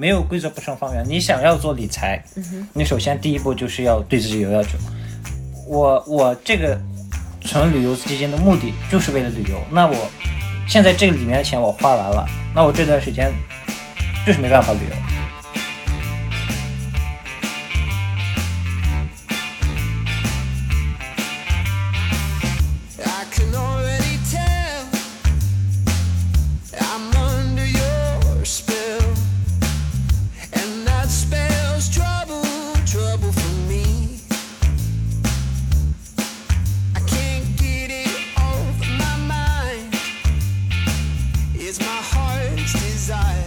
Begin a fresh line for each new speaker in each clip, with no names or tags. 没有规则不胜方圆。你想要做理财，你首先第一步就是要对自己有要求。我我这个存旅游基金的目的就是为了旅游，那我现在这个里面的钱我花完了，那我这段时间就是没办法旅游。
I can already tell I'm under your spell, and that spells trouble, trouble for me. I can't get it off my mind. It's my heart's desire.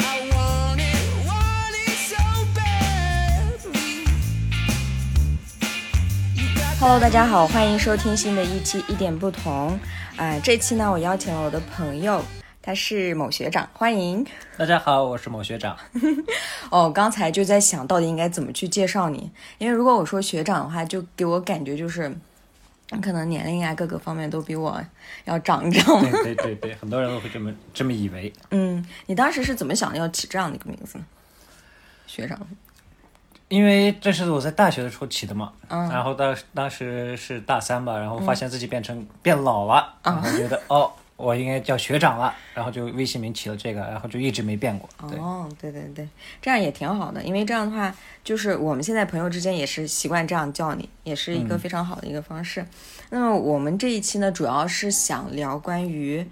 I want it, want it so badly. You got
Hello，大家好，欢迎收听新的一期《一点不同》啊、这期呢，我邀请了我的朋友，他是某学长，欢迎。
大家好，我是某学 长。
哦，刚才就在想到底应该怎么去介绍你，因为如果我说学长的话，就给我感觉就是，你可能年龄啊各个方面都比我要长，你知道吗
对？对对对，很多人都会这么这么以为。
嗯，你当时是怎么想要起这样的一个名字呢？学长，
因为这是我在大学的时候起的嘛，然后当时当时是大三吧，然后发现自己变成、变老了，然后觉得、哦，我应该叫学长了，然后就微信名起了这个，然后就一直没变过。对，
哦，对对对，这样也挺好的，因为这样的话，就是我们现在朋友之间也是习惯这样叫你，也是一个非常好的一个方式。那么我们这一期呢，主要是想聊关于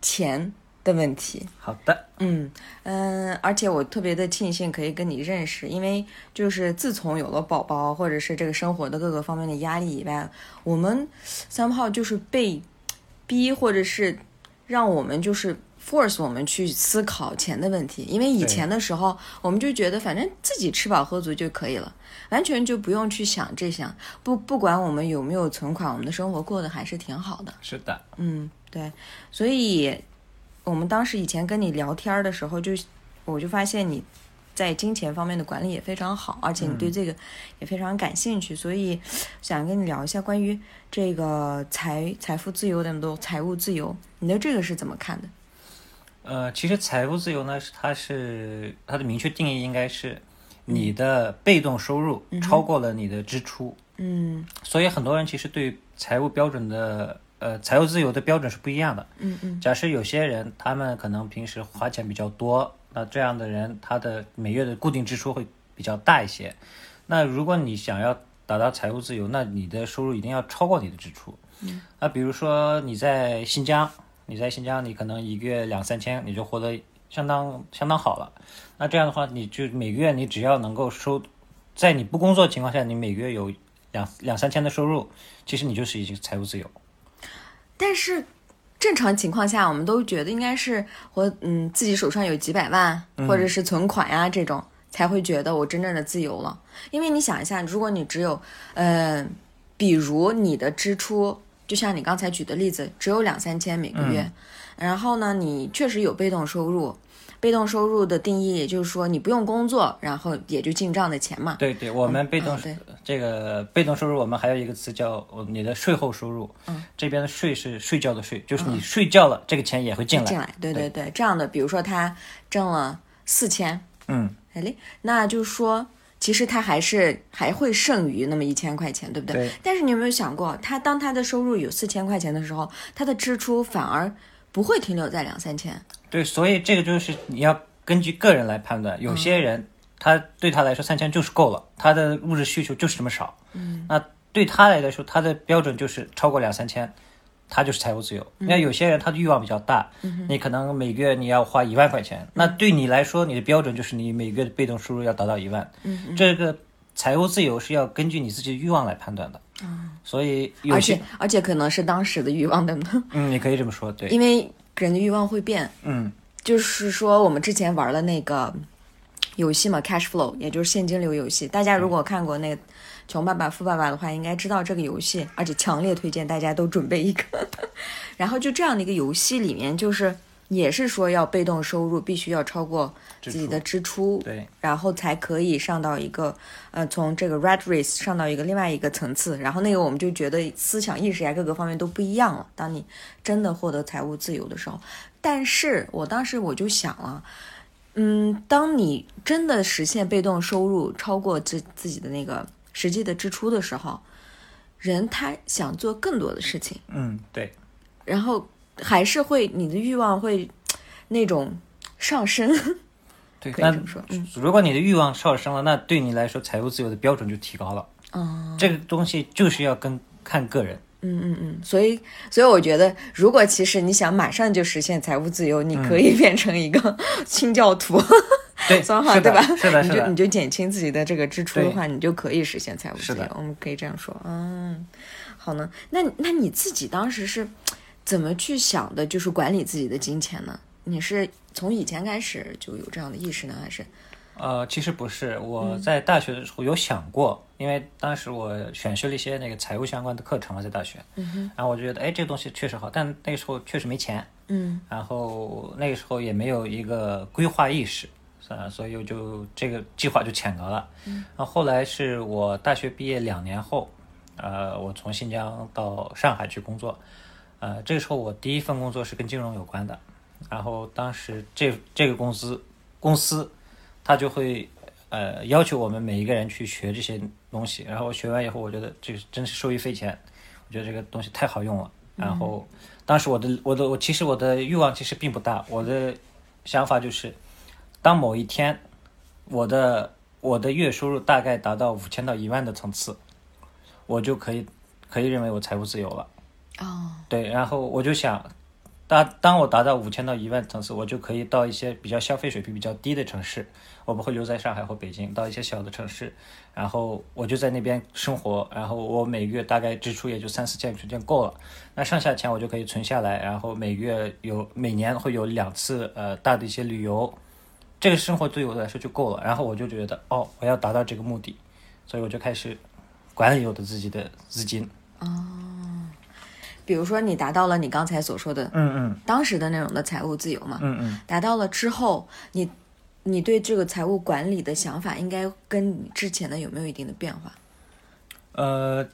钱的问题。
好的，
嗯嗯，而且我特别的庆幸可以跟你认识，因为就是自从有了宝宝，或者是这个生活的各个方面的压力以外，我们 somehow 就是被逼，或者是让我们就是 force 我们去思考钱的问题。因为以
对
前的时候，我们就觉得反正自己吃饱喝足就可以了，完全就不用去想这想，不不管我们有没有存款，我们的生活过得还是挺好的。
是的，
嗯，对，所以我们当时以前跟你聊天儿的时候就，我就发现你在金钱方面的管理也非常好，而且你对这个也非常感兴趣，所以想跟你聊一下关于这个财财富自由等等财务自由，你对这个是怎么看的？
呃，其实财务自由呢，是它是它的明确定义应该是你的被动收入超过了你的支出，
嗯
所以很多人其实对财务标准的呃财务自由的标准是不一样的。
嗯嗯
假设有些人他们可能平时花钱比较多，那这样的人他的每月的固定支出会比较大一些。那如果你想要达到财务自由，那你的收入一定要超过你的支出。嗯、那比如说你在新疆，你在新疆，你可能一个月两三千，你就活得相当相当好了。那这样的话，你就每个月你只要能够收，在你不工作的情况下，你每个月有两两三千的收入，其实你就是已经财务自由。
但是正常情况下，我们都觉得应该是我嗯自己手上有几百万，
嗯
或者是存款呀、这种，才会觉得我真正的自由了。因为你想一下，如果你只有呃，比如你的支出，就像你刚才举的例子，只有两三千每个
嗯
月，然后呢，你确实有被动收入。被动收入的定义，也就是说你不用工作，然后也就进账的钱嘛。
对对，我们被动、
嗯对
这个被动收入，我们还有一个词叫呃你的税后收入。嗯，这边的税是睡觉的税，就是你睡觉了，这个钱也会进来。
进来，对对对，这样的，比如说他挣了四千，
嗯，
哎嘞，那就是说，其实他还是还会剩余那么一千块钱，对不对？
对
但是你有没有想过，他当他的收入有四千块钱的时候，他的支出反而不会停留在两三千，
对，所以这个就是你要根据个人来判断。有
嗯
些人、他对他来说三千就是够了，他的物质需求就是这么少。嗯，那对他来说，他的标准就是超过两三千，他就是财务自由。
嗯
那、有些人他的欲望比较大，你可能每个月你要花一万块钱，
嗯
那对你来说，你的标准就是你每个月的被动收入要达到一万。嗯，这个财务自由是要根据你自己的欲望来判断的。所以有
啊而
些
且而且可能是当时的欲望，对不对？
嗯，你可以这么说，对，
因为人的欲望会变，
嗯，
就是说我们之前玩的那个游戏嘛，cash flow，也就是现金流游戏。大家如果看过那个《穷爸爸富爸爸》的话，应该知道这个游戏，而且强烈推荐大家都准备一个。 然后就这样的一个游戏里面，就是也是说要被动收入必须要超过自己的支出，
对，
然后才可以上到一个呃从这个 rat race 上到一个另外一个层次。然后那个我们啊就觉得思想意识呀各个方面都不一样了。当你真的获得财务自由的时候，但是我当时我就想了，嗯，当你真的实现被动收入超过自自己的那个实际的支出的时候，人他想做更多的事情，
嗯，对，
然后还是会你的欲望会那种上升，
对，
可以
那
这么说嗯
如果你的欲望上升了，那对你来说财务自由的标准就提高了。
嗯
这个东西就是要跟看个人。
所以，所以我觉得，如果其实你想马上就实现财务自由，你可以变成一 个清教徒，
嗯对，
算好
是
对
的
吧？
是的，
你
是
就
的，
你就减轻自己的这个支出的
对
话，你就可以实现财务自
是
由
的。
我们可以这样说，嗯，好呢。那那你自己当时是怎么去想的？就是管理自己的金钱呢？你是从以前开始就有这样的意识呢，还是
呃，其实不是，我在大学的时候有想过，因为当时我选修了一些那个财务相关的课程啊嘛，在大学，然后我就觉得，哎，这个东西确实好，但那个时候确实没钱，
嗯，
然后那个时候也没有一个规划意识，啊，所以我就这个计划就浅薄了。然后后来是我大学毕业两年后，呃，我从新疆到上海去工作，呃，这个时候我第一份工作是跟金融有关的，然后当时这这个公司公司，他就会呃要求我们每一个人去学这些东西，然后我学完以后，我觉得这个真是受益匪浅，我觉得这个东西太好用了。然后当时我的我的我其实我的欲望其实并不大，我的想法就是，当某一天我的我的月收入大概达到五千到一万的层次，我就可以可以认为我财务自由了。
哦，
对，然后我就想，当当我达到五千到一万层次，我就可以到一些比较消费水平比较低的城市，我不会留在上海或北京，到一些小的城市，然后我就在那边生活，然后我每个月大概支出也就三四千块钱够了，那剩下钱我就可以存下来，然后每个月有每年会有两次呃大的一些旅游，这个生活对我来说就够了，然后我就觉得哦，我要达到这个目的，所以我就开始管理我的自己的资金，
哦比如说你达到了你刚才所说的
嗯嗯
当时的那种的财务自由嘛？
嗯嗯。
达到了之后，你你对这个财务管理的想法，应该跟你之前的有没有一定的变化？
呃，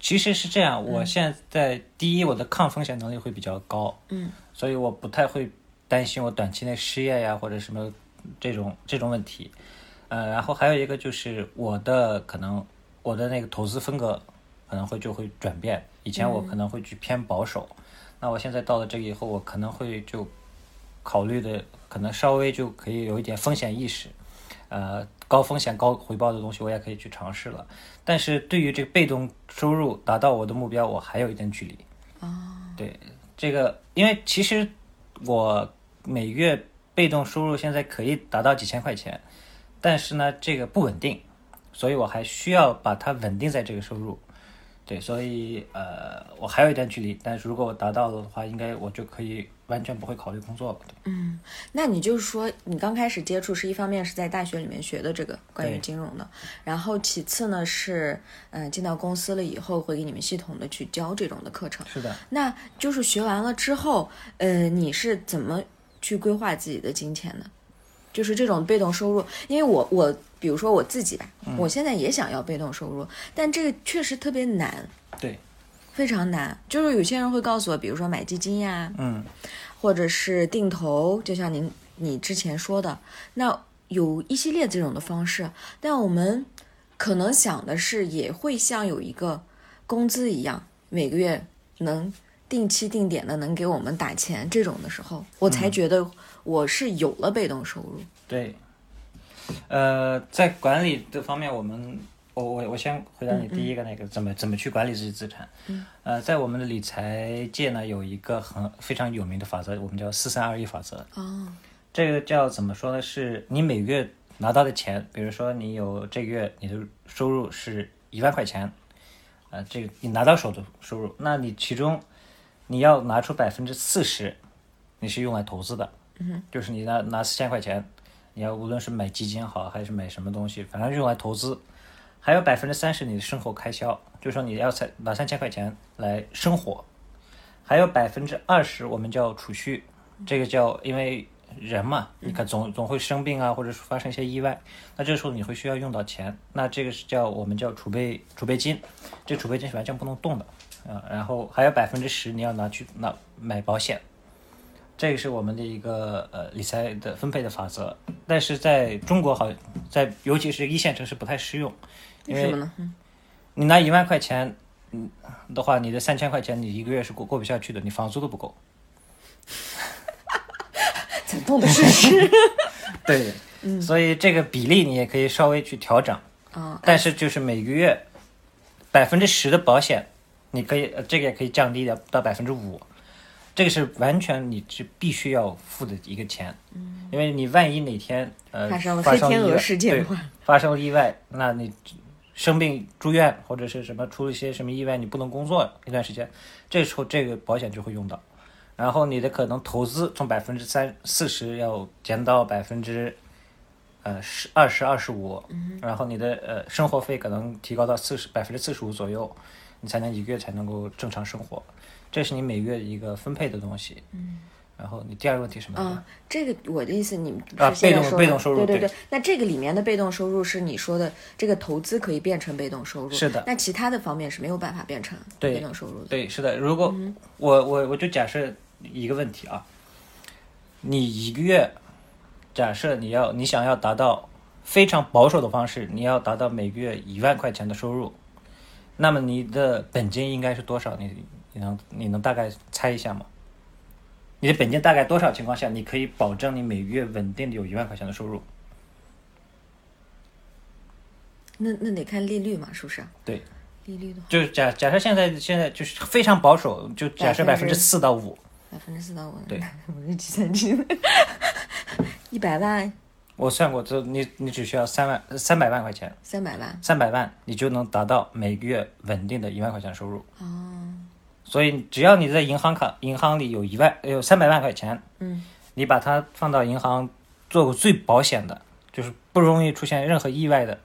其实是这样，我现在第一，我的抗风险能力会比较高，
嗯，
所以我不太会担心我短期内失业呀或者什么这种这种问题。呃，然后还有一个就是我的可能我的那个投资风格可能会就会转变，以前我可能会去偏保守，那我现在到了这个以后，我可能会就考虑的可能稍微就可以有一点风险意识，呃，高风险高回报的东西我也可以去尝试了。但是对于这个被动收入达到我的目标，我还有一点距离。对这个，因为其实我每月被动收入现在可以达到几千块钱，但是呢，这个不稳定，所以我还需要把它稳定在这个收入。对，所以呃，我还有一点距离，但是如果我达到了的话，应该我就可以完全不会考虑工作了。对
那你就是说，你刚开始接触是一方面是在大学里面学的这个关于
对
金融的，然后其次呢是，嗯、进到公司了以后会给你们系统的去教这种的课程。
是的，
那就是学完了之后，呃，你是怎么去规划自己的金钱的？就是这种被动收入，因为我我比如说我自己吧，我现在也想要被动收入，但这个确实特别难，
对，
非常难。就是有些人会告诉我，比如说买基金呀，
嗯，
或者是定投，就像您你之前说的，那有一系列这种的方式，但我们可能想的是，也会像有一个工资一样，每个月能定期定点的能给我们打钱这种的时候，我
嗯
才觉得我是有了被动收入。
对，呃，在管理这方面，我们我我我先回答你第一个那个、怎么怎么去管理自己资产。嗯、呃，在我们的理财界呢，有一个很非常有名的法则，我们叫四三二一法则。
哦，
这个叫怎么说呢？是你每月拿到的钱，比如说你有这个月你的收入是一万块钱，呃，这个你拿到手的收入，那你其中你要拿出百分之四十，你是用来投资的，就是你拿拿四千块钱，你要无论是买基金好还是买什么东西，反正用来投资，还有百分之三十你的生活开销，就是说你要才拿三千块钱来生活，还有百分之二十我们叫储蓄，这个叫因为人嘛，
嗯
你看总总会生病啊，或者是发生一些意外，那这时候你会需要用到钱，那这个是叫我们叫储备储备金，这储备金是完全不能动的，啊、然后还有百分之十你要拿去拿买保险，这个是我们的一个呃理财的分配的法则，但是在中国好，在尤其是一线城市不太适用，因
为什么
为
呢？嗯
你拿一万块钱，嗯的话，你的三千块钱你一个月是过过不下去的，你房租都不够。
惨痛的事实。
对，所以这个比例你也可以稍微去调整，
嗯啊，
但是就是每个月百分之十的保险，你可以、呃、这个也可以降低到到百分之五，这个是完全你是必须要付的一个钱，因为你万一哪天呃
嗯发生了
发
黑
生
天
意
鹅
外
事件
对
的话
发生了意外，那你生病住院或者是什么出了一些什么意外，你不能工作一段时间，这时候这个保险就会用到。然后你的可能投资从百分之三四十要减到百分之呃十二十二十五，然后你的呃生活费可能提高到四十百分之四十五左右，你才能一个月才能够正常生活，这是你每月一个分配的东西。嗯。然后你第二个问题什么来着？
啊，这个我的意思，你不
嗯啊
是现在
被动
说
被动收入
对
对
对。那这个里面的被动收入是你说的这个投资可以变成被动收入，
是的
那其他的方面是没有办法变成
对
被动收入的。
对，是的。如果、我我我就假设一个问题啊，你一个月，假设你要你想要达到非常保守的方式，你要达到每个月一万块钱的收入，那么你的本金应该是多少？你你能你能大概猜一下吗？你的本金大概多少情况下，你可以保证你每个月稳定的有一万块钱的收入？
那那得看利率嘛，是不是？
对，
利率的话，
就是假假设现在现在就是非常保守，就假设百
百
分
分
之
之
四到五，
百分之四到五，
对，
我是计算机， 一百万、
我算过，就你你只需要三万三百万块钱，
三百万，
三百万你就能达到每个月稳定的一万块钱收入。
哦，
所以只要你在银行卡银行里有一万有三百万块钱，
嗯，
你把它放到银行做个最保险的，就是不容易出现任何意外的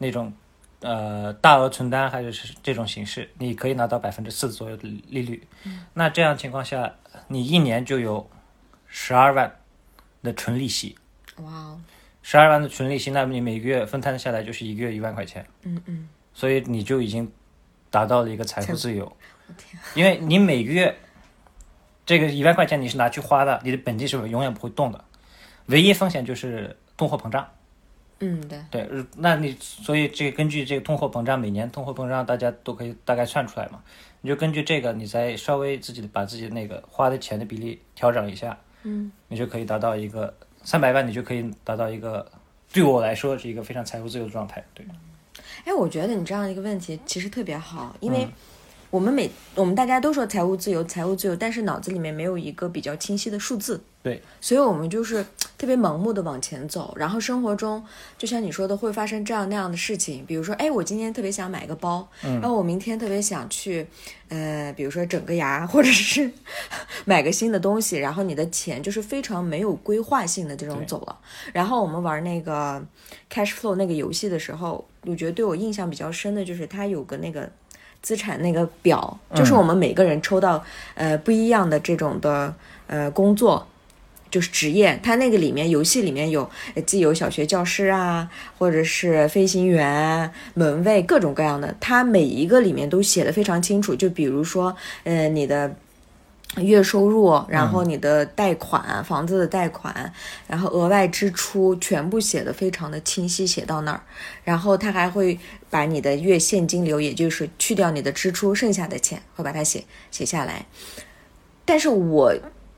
那种呃大额存单还是是这种形式，你可以拿到百分之四左右的利率。那这样情况下，你一年就有十二万的纯利息。
哇哦，
十二万的纯利息，那么你每个月分摊下来就是一个月一万块钱，
嗯嗯，
所以你就已经达到了一个财富自由。
我天，
因为你每个月这个一万块钱你是拿去花的，你的本金是永远不会动的，唯一风险就是通货膨胀。
嗯，对，
对，呃那你所以这个根据这个通货膨胀，每年通货膨胀大家都可以大概算出来嘛，你就根据这个，你再稍微自己把自己那个花的钱的比例调整一下，
嗯，
你就可以达到一个三百万，你就可以达到一个对我来说是一个非常财务自由的状态。对，
哎，我觉得你这样一个问题其实特别好，因
嗯
为我们每、我们大家都说财务自由，财务自由，但是脑子里面没有一个比较清晰的数字，
对，
所以我们就是特别盲目的往前走，然后生活中就像你说的，会发生这样那样的事情，比如说，哎，我今天特别想买个包，然后我明天特别想去，呃，比如说整个牙，或者是 买个新的东西，然后你的钱就是非常没有规划性的这种
对
走了。然后我们玩那个 cash flow 那个游戏的时候，我觉得对我印象比较深的就是它有个那个。资产那个表，就是我们每个人抽到、呃不一样的这种的呃工作，就是职业，它那个里面游戏里面有呃既有小学教师啊，或者是飞行员、门卫各种各样的，它每一个里面都写的非常清楚。就比如说，呃，你的月收入，然后你的贷款、房子的贷款，然后额外支出，全部写的非常的清晰，写到那儿。然后它还会把你的月现金流，也就是去掉你的支出，剩下的钱会把它写写下来。但是我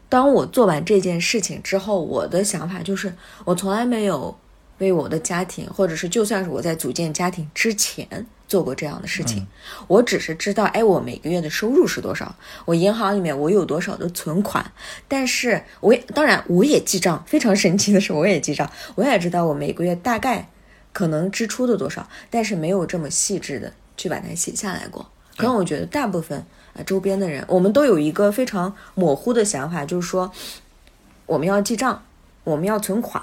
当我做完这件事情之后，我的想法就是，我从来没有为我的家庭，或者是就算是我在组建家庭之前做过这样的事情。我只是知道，哎，我每个月的收入是多少，我银行里面我有多少的存款，但是我也当然我也记账，非常神奇的是我也记账，我也知道我每个月大概可能支出的多少，但是没有这么细致的去把它写下来过。可能我觉得大部分啊周边的人，我们都有一个非常模糊的想法，就是说我们要记账，我们要存款，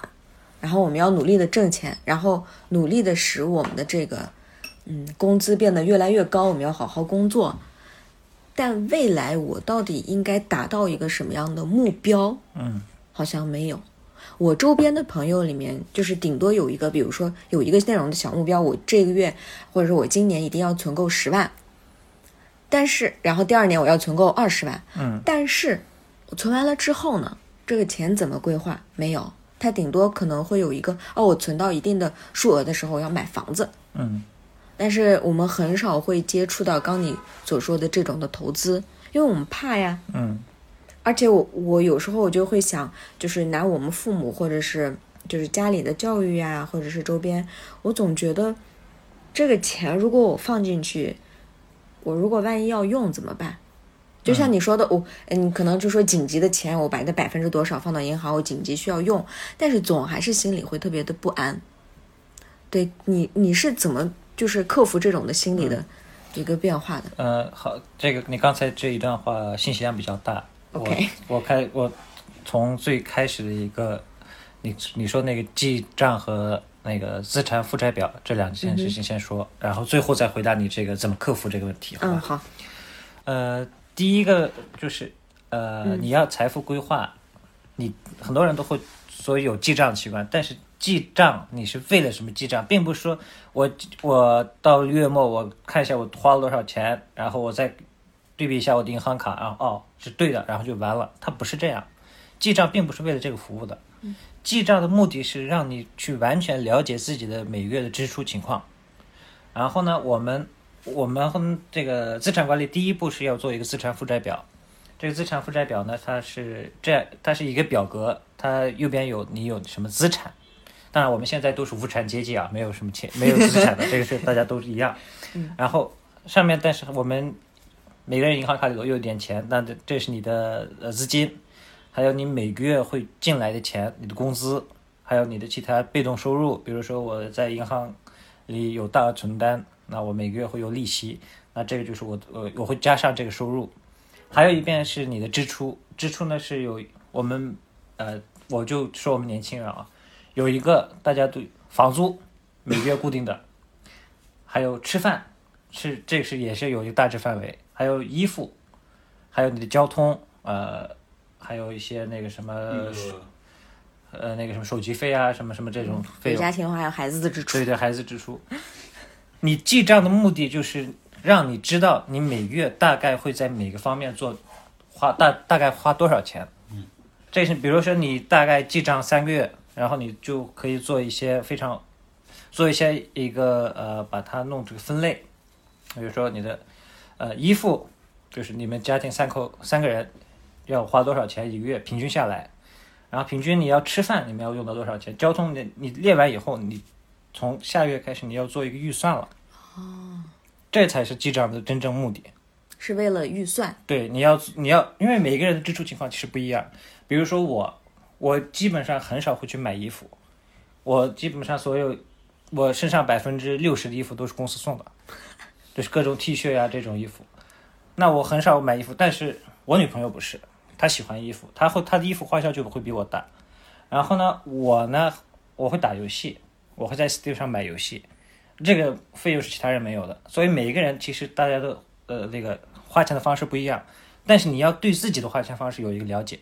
然后我们要努力的挣钱，然后努力的使我们的这个嗯工资变得越来越高，我们要好好工作。但未来我到底应该达到一个什么样的目标？
嗯，
好像没有。我周边的朋友里面，就是顶多有一个，比如说有一个内容的小目标，我这个月或者说我今年一定要存够十万，但是然后第二年我要存够二十万，
嗯，
但是我存完了之后呢，这个钱怎么规划？没有，它顶多可能会有一个哦，我存到一定的数额的时候要买房子，
嗯，
但是我们很少会接触到刚你所说的这种的投资，因为我们怕呀。
嗯，
而且我我有时候我就会想，就是拿我们父母或者是就是家里的教育呀，或者是周边，我总觉得这个钱如果我放进去，我如果万一要用怎么办？就像你说的，我、嗯、你可能就说紧急的钱，我把那百分之多少放到银行，我紧急需要用，但是总还是心里会特别的不安。对你，你是怎么就是克服这种的心理的
嗯
一个变化的？
呃，好，这个你刚才这一段话信息量比较大。
OK
我我开我从最开始的一个，你你说那个记账和那个资产负债表这两
嗯
件事情先说，然后最后再回答你这个怎么克服这个问题，好吧？
嗯，好，
呃，第一个就是呃，你要财富规划，你很多人都会所以有记账习惯，但是记账你是为了什么记账，并不是说我我到月末我看一下我花了多少钱，然后我再对比一下我的银行卡，啊哦是对的，然后就完了，它不是这样，记账并不是为了这个服务的。记账的目的是让你去完全了解自己的每月的支出情况，然后呢，我们我们哼这个资产管理第一步是要做一个资产负债表。这个资产负债表呢，它是呃这样，它是一个表格，它右边有你有什么资产。当然，我们现在都是无产阶级啊，没有什么钱，没有资产的，这个是大家都是一样。然后上面，但是我们每个人银行卡里头又有点钱，那这这是你的呃资金，还有你每个月会进来的钱，你的工资，还有你的其他被动收入，比如说我在银行里有大额存单，那我每个月会有利息，那这个就是我呃我我会加上这个收入，还有一遍是你的支出，支出呢是有我们呃我就说我们年轻人啊，有一个大家对房租每个月固定的，还有吃饭是这是也是有一个大致范围，还有衣服，还有你的交通呃。还有一些那个什么，呃，那个什么手机费啊，什么什么这种费
有
用，
家庭的话还有孩子的支出
对，对，孩子支出。你记账的目的就是让你知道你每月大概会在每个方面做花大大概花多少钱。嗯，这是比如说你大概记账三个月，然后你就可以做一些非常做一些一个呃把它弄这个分类，比如说你的呃衣服，就是你们家庭三口三个人要花多少钱一个月，平均下来。然后平均你要吃饭，你们要用到多少钱？交通你你列完以后，你从下个月开始你要做一个预算了。哦，这才是记账的真正目的。
是为了预算。
对，你要你要，因为每个人的支出情况其实不一样。比如说我，我基本上很少会去买衣服，我基本上所有我身上百分之六十的衣服都是公司送的，就是各种 T 恤呀、这种衣服。那我很少买衣服，但是我女朋友不是，她喜欢衣服，她会她的衣服花销就会比我大。然后呢，我呢，我会打游戏，我会在 Steam 上买游戏，这个费用是其他人没有的。所以每一个人其实大家都呃那个花钱的方式不一样，但是你要对自己的花钱方式有一个了解，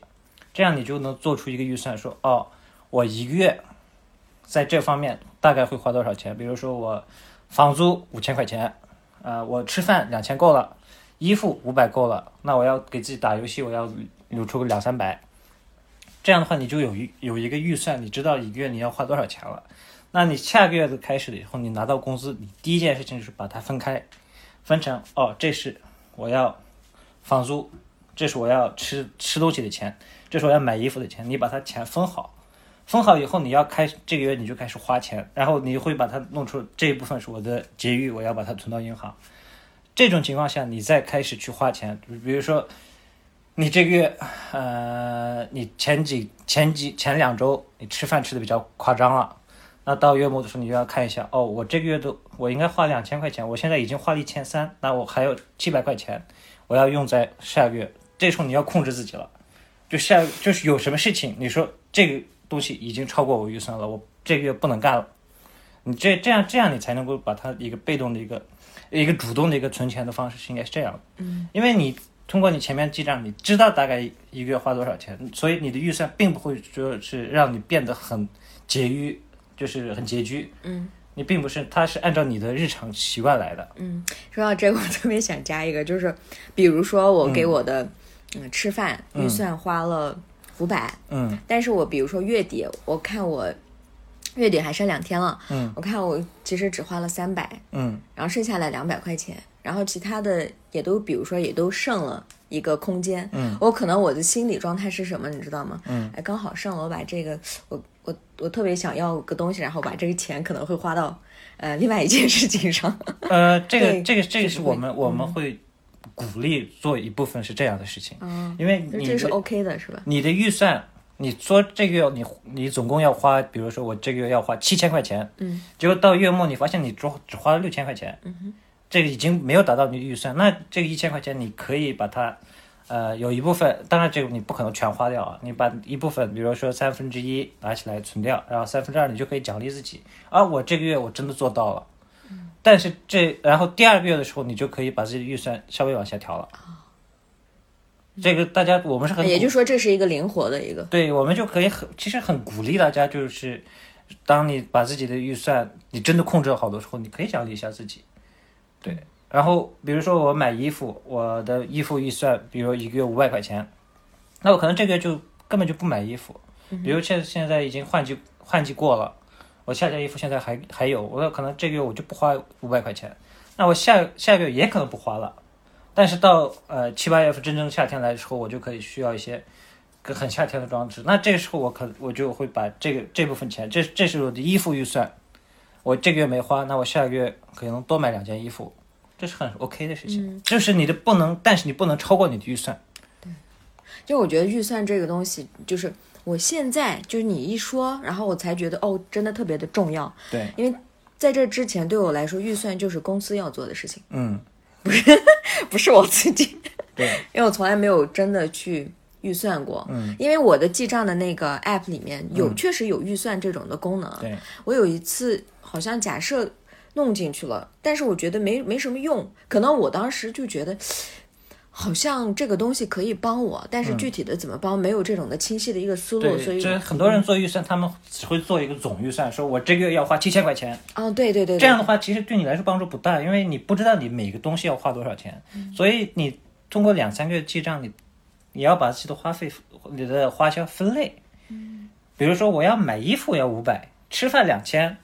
这样你就能做出一个预算说，哦，我一个月在这方面大概会花多少钱？比如说我房租五千块钱，啊、我吃饭两千够了，衣服五百够了，那我要给自己打游戏，我要留出个两三百。这样的话，你就有一有一个预算，你知道一个月你要花多少钱了。那你下个月的开始了以后，你拿到工资，你第一件事情就是把它分开，分成哦，这是我要房租，这是我要吃吃东西的钱，这是我要买衣服的钱，你把它钱分好，分好以后，你要开始这个月你就开始花钱，然后你会把它弄出这一部分是我的结余，我要把它存到银行。这种情况下，你再开始去花钱，比如说你这个月，呃，你前几前几前两周你吃饭吃的比较夸张了，那到月末的时候你就要看一下，哦，我这个月的我应该花两千块钱，我现在已经花了一千三，那我还有七百块钱，我要用在下个月，这时候你要控制自己了，就下就是有什么事情，你说这个东西已经超过我预算了，我这个月不能干了，你这这样这样你才能够把它一个被动的一个一个主动的一个存钱的方式是应该是这样的，嗯，因为你通过你前面记账，你知道大概一个月花多少钱，所以你的预算并不会说是让你变得很拮据，就是很拮据，嗯，你并不是，它是按照你的日常习惯来的，嗯，
说到这个，我特别想呃加一个，就是比如说我给我的嗯吃饭预算花了五百，
嗯
但是我比如说月底，我看我月底还剩两天了，
嗯
我看我其实只花了三百，
嗯
然后剩下来两百块钱，然后其他的也都，比如说也都剩了一个空间。
嗯，
我可能我的心理状态是什么，你知道吗？
嗯，
哎，刚好剩了，我把这个，我我我特别想要个东西，然后把这个钱可能会花到呃另外一件事情上。
呃，这个
对
这个这个
就是是
我
会
们我们会鼓励做一部分是这样的事情，
嗯，
因为
就
你
这个是
的
OK 的，是吧？
你的预算，你说这个月你你总共要花，比如说我这个月要花七千块钱，
嗯，
结果到月末你发现你只只花了六千块钱，嗯这个已经没有达到你的预算，那这个一千块钱你可以把它，呃，有一部分，当然这个你不可能全花掉啊，你把一部分，比如说三分之一拿起来存掉，然后三分之二你就可以奖励自己，啊，我这个月我真的做到了。但是这，然后第二个月的时候，你就可以把自己的预算稍微往下调了。这个大家我们是很
啊 也
鼓
就是说，这是一个灵活的一个。
对，我们就可以很，其实很鼓励大家，就是当你把自己的预算你真的控制好的时候，你可以奖励一下自己。对，然后比如说我买衣服，我的衣服预算，比如一个月五百块钱，那我可能这个月就根本就不买衣服，比如现现在已经换季换季过了，我下件衣服现在还还有，我可能这个月我就不花五百块钱，那我下下个月也可能不花了。但是到呃七八月份真正夏天来的时候，我就可以需要一些个很夏天的装置。那这个时候我可我就会把这个这部分钱，这这是我的衣服预算，我这个月没花，那我下个月可能多买两件衣服，这是很 OK 的事
嗯
情。就是你的不能，但是你不能超过你的预算。
就我觉得预算这个东西，就是我现在就是你一说，然后我才觉得哦，真的特别的重要。
对，
因为在这之前，对我来说，预算就是公司要做的事情，
嗯，
不是我自己，
对，
因为我从来没有真的去预算过。
嗯，
因为我的记账的那个 app 里面有、确实有预算这种的功能。啊
对，
我有一次好像假设弄进去了，但是我觉得没没什么用，可能我当时就觉得。好像这个东西可以帮我，但是具体的怎么帮，没有这种的清晰的一个思 路，所
嗯对，
以
就是很多人做预算，他们只会做一个总预算，说我这个月要花七千块钱，
啊、对对对，对
这样的话，其实对你来说帮助不大，因为你不知道你每个东西要花多少钱，所以你通过两三个月记账，你你要把自己的花费、你的花销分类。比如说，我要买衣服要五百，吃饭两千，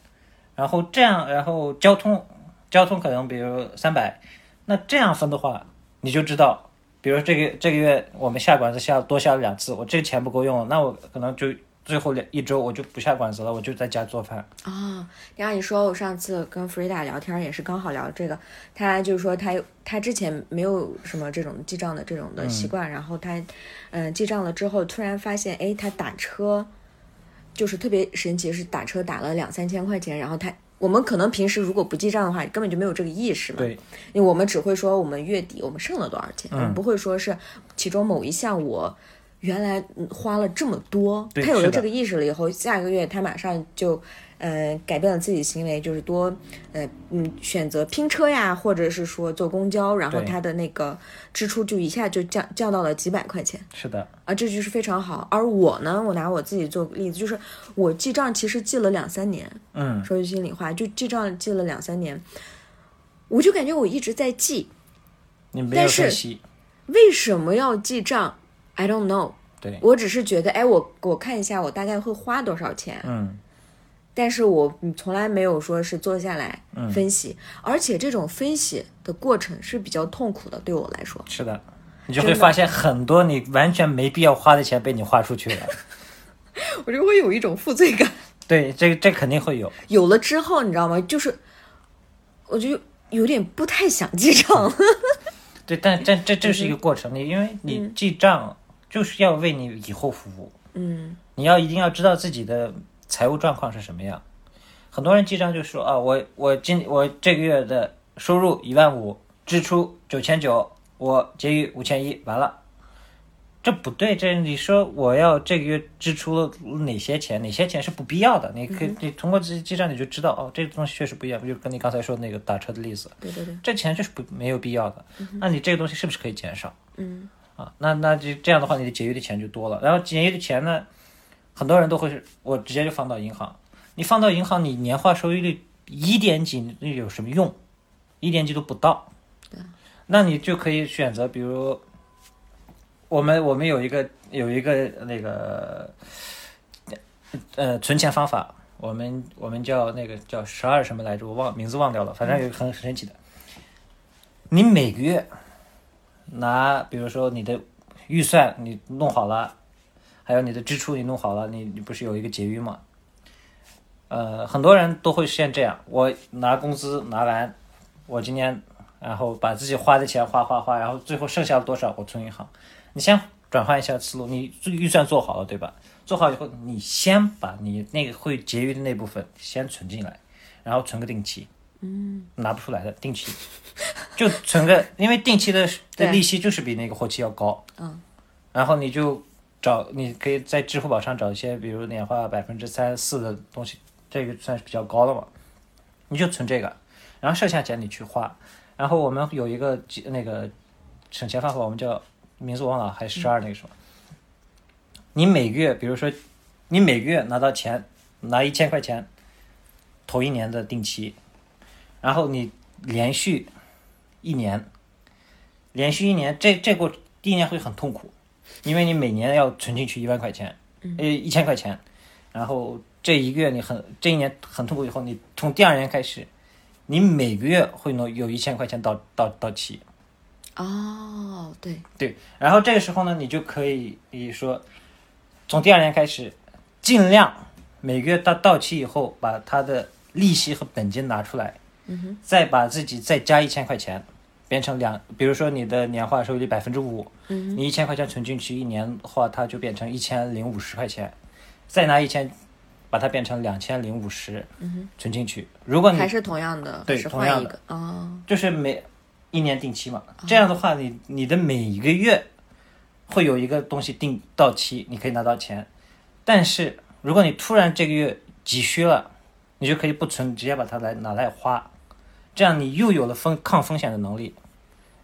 然后这样，然后交通，交通可能比如三百，那这样分的话，你就知道，比如这个这个月我们下馆子下多下了两次，我这个钱不够用了，那我可能就最后两一周我就不下馆子了，我就在家做饭。
啊，然后你说我上次跟 Frida 聊天儿也是刚好聊这个，她就说她她之前没有什么这种记账的这种的习惯，然后她嗯、呃记账了之后，突然发现哎，她打车就是特别神奇，是打车打了两三千块钱，然后她我们可能平时如果不记账的话，根本就没有这个意识嘛，
对，
因为我们只会说我们月底我们剩了多少钱，我
嗯
们不会说是其中某一项我原来嗯花了这么多。
对
他有
是
了
的
这个意识了以后，下个月他马上就呃改变了自己的行为，就是多呃嗯选择拼车呀，或者是说坐公交，然后
对
他的那个支出就一下就降降到了几百块钱。
是的，
啊，这就是非常好。而我呢，我拿我自己做例子，就是我记账其实记了两三年，
嗯。
说句心里话，就记账记了两三年，我就感觉我一直在记，
你没有
但是
分析，
为什么要记账？I don't know。
对，
我只是觉得，哎，我我看一下我大概会花多少钱，
嗯，
但是我嗯从来没有说是坐下来分析，而且这种分析的过程是比较痛苦的，对我来说。
是的，你就
真
会
的
发现很多你完全没必要花的钱被你花出去 了。
我就会有一种负罪感。
对，这这肯定会有。
有了之后，你知道吗？就是我就有点不太想记账了。
对，但但这这是一个过程，你因为你记账就是要为你以后服务，
嗯，
你要一定要知道自己的财务状况是什么样。很多人记账就说啊，我我今我这个月的收入一万五，支出九千九，我结余五千一，完了。这不对，这你说我要这个月支出了哪些钱，哪些钱是不必要的？你可以你通过这记账你就知道哦，这个东西确实不一样，就跟你刚才说的那个打车的例子，
对对对，
这钱就是不没有必要的。那你这个东西是不是可以减少？
嗯，
啊，那那就这样的话，你的节约的钱就多了。然后节约的钱呢，很多人都会是我直接就放到银行。你放到银行，你年化收益率一点几，那有什么用？一点几都不到。那你就可以选择，比如我们我们有一个有一个那个呃存钱方法，我们我们叫那个叫十二什么来着，我忘名字忘掉了，反正有一个很很神奇的，你每个月拿，比如说你的预算你弄好了，还有你的支出你弄好了，你你不是有一个结余吗？呃，很多人都会现这样，我拿工资拿完，我今年然后把自己花的钱花花花，然后最后剩下了多少我存银行。你先转换一下思路，你预算做好了对吧？做好以后，你先把你那个会结余的那部分先存进来，然后存个定期。嗯，拿不出来的定期，就存个，因为定期的的
对
利息就是比那个活期要高。嗯，然后你就找，你可以在支付宝上找一些，比如年化百分之三四的东西，这个算是比较高的嘛，你就存这个，然后剩下钱你去花。然后我们有一个计那个省钱方法，我们叫名字我忘了，还是十二那个什么。你每个月，比如说，你每个月拿到钱，拿一千块钱，头一年的定期，然后你连续一年，连续一年，这这过第一年会很痛苦，因为你每年要存进去一万块钱，呃，一千块钱，然后这一个月你很这一年很痛苦以后，你从第二年开始，你每个月会能有一千块钱到到到期，
哦，对，
对，然后这个时候呢，你就可以你说，从第二年开始，尽量每个月到到期以后，把它的利息和本金拿出来，嗯、再把自己再加一千块钱，变成两，比如说你的年化收益率百分之五，
嗯
你一千块钱存进去一年的话，它就变成一千零五十块钱，再拿一千，把它变成两千零五十，存进去。如果你
嗯还是嗯同样的，
对
还是
同
换
样
一
的
个哦，
就是每一年定期嘛。这样的话，你你的每一个月会有一个东西定到期，你可以拿到钱。但是如果你突然这个月急需了，你就可以不存，直接把它来拿来花，这样你又有了风抗风险的能力，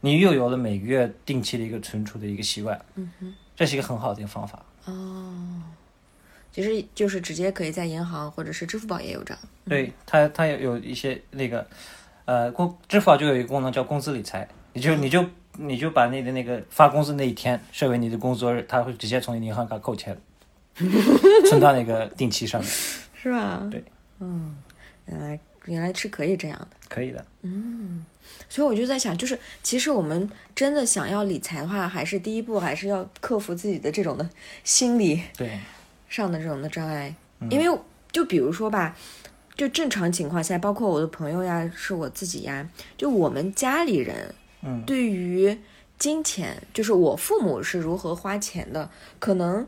你又有了每个月定期的一个存储的一个习惯。嗯这是一个很好的一个方法。
哦其实就是直接可以在银行或者是支付宝也有这样。
对它，它也有一些那个，呃，工支付宝就有一个功能叫工资理财，你就你就你就把那个那个发工资那一天设为你的工作日，它会直接从你银行卡扣钱，存到那个定期上面，
是吧？
对，
嗯，原来原来是可以这样的，
可以的。
所以我就在想，就是其实我们真的想要理财的话，还是第一步还是要克服自己的这种的心理
对，
上的这种的障碍，
嗯
因为就比如说吧，就正常情况下，包括我的朋友呀，是我自己呀，就我们家里人，
嗯
对于金钱，就是我父母是如何花钱的，可能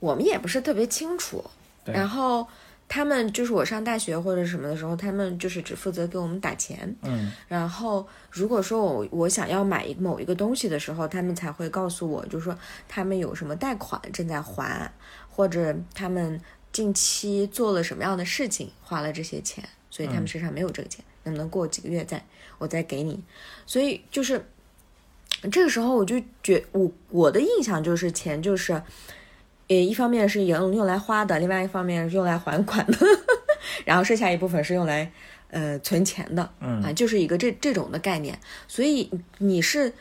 我们也不是特别清楚。
对
然后他们就是我上大学或者什么的时候，他们就是只负责给我们打钱，
嗯，
然后，如果说我我想要买某一个东西的时候，他们才会告诉我，就说他们有什么贷款正在还，或者他们近期做了什么样的事情，花了这些钱，所以他们身上没有这个钱，能不能过几个月再我再给你？所以就是这个时候，我就觉我我的印象就是钱就是，也一方面是用用来花的，另外一方面是用来还款的， 然后剩下一部分是用来呃存钱的，嗯啊，就是一个这这种的概念。所以你是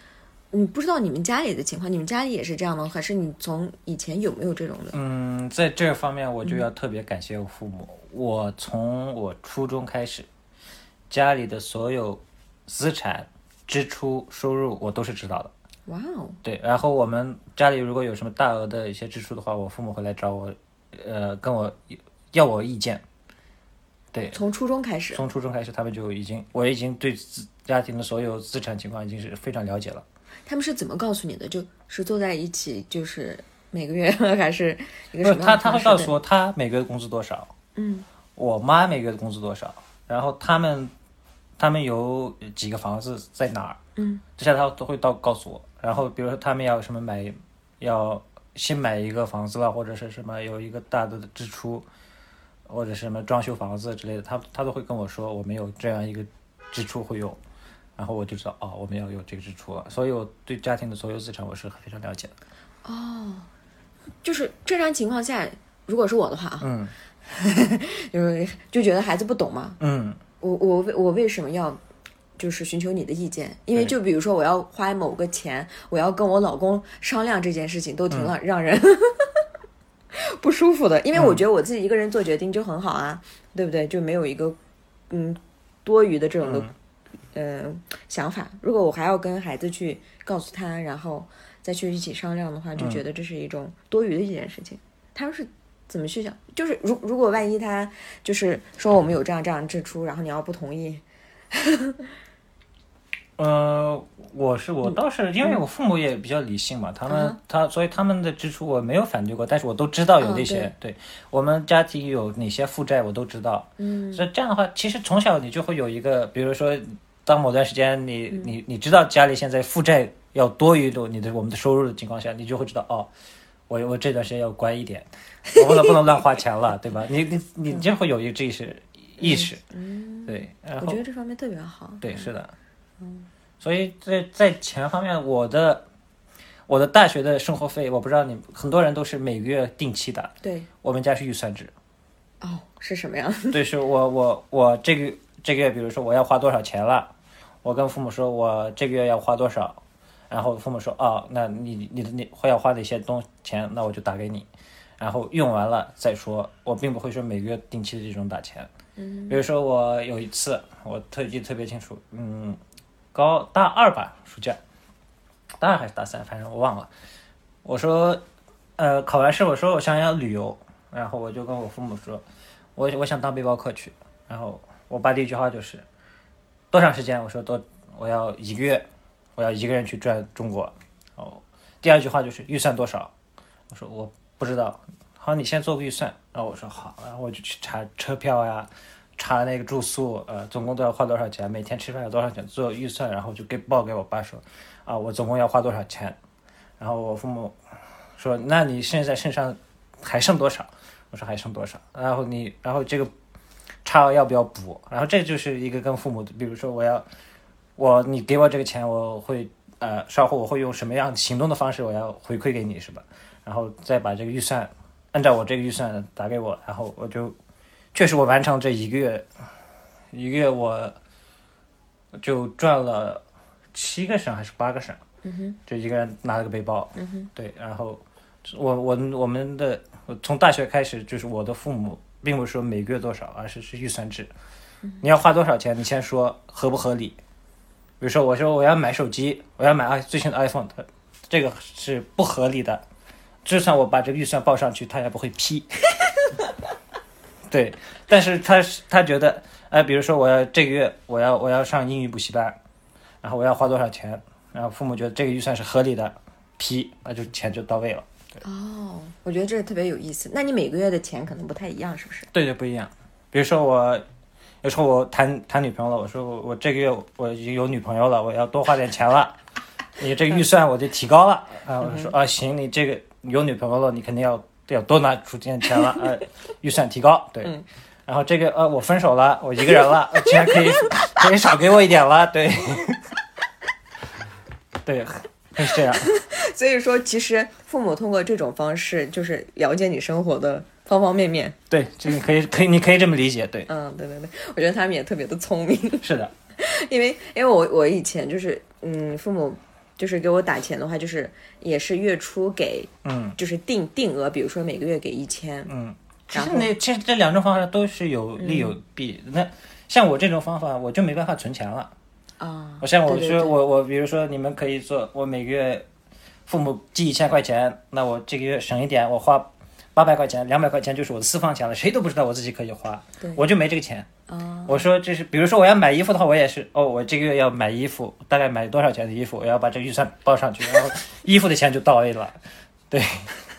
你不知道你们家里的情况，你们家里也是这样吗？还是你从以前有没有这种的？
嗯，在这方面我就要特别感谢我父母。我从我初中开始，家里的所有资产、支出、收入我都是知道的。
哇哦，
对，然后我们家里如果有什么大额的一些支出的话，我父母会来找我，呃，跟我要我意见。对，
从初中开始，
从初中开始，他们就已经，我已经对自家庭的所有资产情况已经是非常了解了。
他们是怎么告诉你的？就是坐在一起，就是每个月 还是一个
不
什
是
么
他
样的
他会
方式
告
的
诉我他每个月工资多少，
嗯，
我妈每个月的工资多少，然后他们他们有几个房子在哪儿，
嗯，
这些他都会到告诉我。然后比如说他们要什么买，要新买一个房子了，啊或者是什么有一个大的支出，或者是什么装修房子之类的，他他都会跟我说我们有这样一个支出会有。然后我就知道哦，我们要有这个支出了，所以我对家庭的所有资产我是非常了解的。
就是正常情况下，如果是我的话啊，
嗯，
就是就觉得孩子不懂嘛，
嗯
我我为我为什么要就是寻求你的意见，因为
对
就比如说我要花某个钱，我要跟我老公商量这件事情，都挺让让人 不舒服的。因为我觉得我自己一个人做决定就很好啊，对不对？就没有一个嗯多余的这种的嗯、呃想法。如果我还要跟孩子去告诉他，然后再去一起商量的话，就觉得这是一种多余的一件事情。他们是怎么去想？就是如如果万一他就是说我们有这样这样支出，然后你要不同意，
呃，我是
嗯
我倒是因为我父母也比较理性嘛，他们
啊
他所以他们的支出我没有反对过，但是我都知道有
嗯
那些，对我们家庭有哪些负债我都知道，嗯，所以这样的话，其实从小你就会有一个，比如说当某段时间你、
嗯
你你知道家里现在负债要多于你的我们的收入的情况下，你就会知道哦。我我这段时间要乖一点，我不能不能乱花钱了，对吧？你你
嗯
你就会有一个这意识意识，对。然
我
后
觉得这方面特别好。
对，是的。嗯所以在在钱方面，我的我的大学的生活费，我不知道你很多人都是每个月定期的，
对，
我们家是预算制。
哦，是什么呀？
对，是我我我这个这个月，比如说我要花多少钱了，我跟父母说我这个月要花多少，然后父母说哦，那你你的你会要花哪些东钱，那我就打给你，然后用完了再说，我并不会说每个月定期的这种打钱。嗯，比如说我有一次，我特记得特别清楚，嗯，高大二吧，暑假，大二还是大三，反正我忘了。我说，呃，考完试，我说我想要旅游，然后我就跟我父母说，我我想当背包客去。然后我爸第一句话就是，多长时间？我说多，我要一个月，我要一个人去转中国。哦，第二句话就是预算多少？我说我不知道。好，你先做个预算。然后我说好，然后我就去查车票呀，查那个住宿，呃，总共都要花多少钱？每天吃饭要多少钱？做预算，然后就给报给我爸说，啊，我总共要花多少钱？然后我父母说，那你现在身上还剩多少？我说还剩多少？然后你，然后这个差额要不要补？然后这就是一个跟父母的，比如说我要，我你给我这个钱，我会呃，稍后我会用什么样行动的方式，我要回馈给你是吧？然后再把这个预算按照我这个预算打给我，然后我就确实我完成这一个月，一个月我就赚了七个省还是八个省，就一个人拿了个背包，对，然后我我我们的我从大学开始就是我的父母并不是说每个月多少，而是是预算制，你要花多少钱，你先说合不合理。比如说我说我要买手机，我要买 i 最新的 iPhone，他这个是不合理的，就算我把这个预算报上去，他也不会批。对，但是他是他觉得，哎、比如说我要这个月我要我要上英语补习班，然后我要花多少钱，然后父母觉得这个预算是合理的，批，那就钱就到位了。
哦，我觉得这个特别有意思。那你每个月的钱可能不太一样，是不是？
对对，不一样。比如说我，有时候我谈谈女朋友了，我说我我这个月我已经有女朋友了，我要多花点钱了，你这个预算我就提高了啊。我就说啊，行，你这个有女朋友了，你肯定要要多拿出点钱了，呃，预算提高，对。然后这个呃，我分手了，我一个人了，呃钱可以可以少给我一点了，对， 对，会是这样。
所以说，其实父母通过这种方式，就是了解你生活的方方面面。
对，这个可以，可以，你可以这么理解，对，
嗯，对对对，我觉得他们也特别的聪明。
是的，
因为因为我我以前就是嗯，父母就是给我打钱的话，就是也是月初给，
嗯，
就是定定额，比如说每个月给一千，
嗯，其实
然后嗯
那这这两种方法都是有利有弊。那像我这种方法，我就没办法存钱了。
啊，
我像我说
对对对
我我，比如说你们可以做，我每个月父母寄一千块钱，那我这个月省一点，我花八百块钱、两百块钱就是我的私房钱了，谁都不知道我自己可以花
对，
我就没这个钱。
啊
我说这是，比如说我要买衣服的话，我也是，哦，我这个月要买衣服，大概买多少钱的衣服，我要把这个预算报上去，然 后衣服的钱就到位了，对，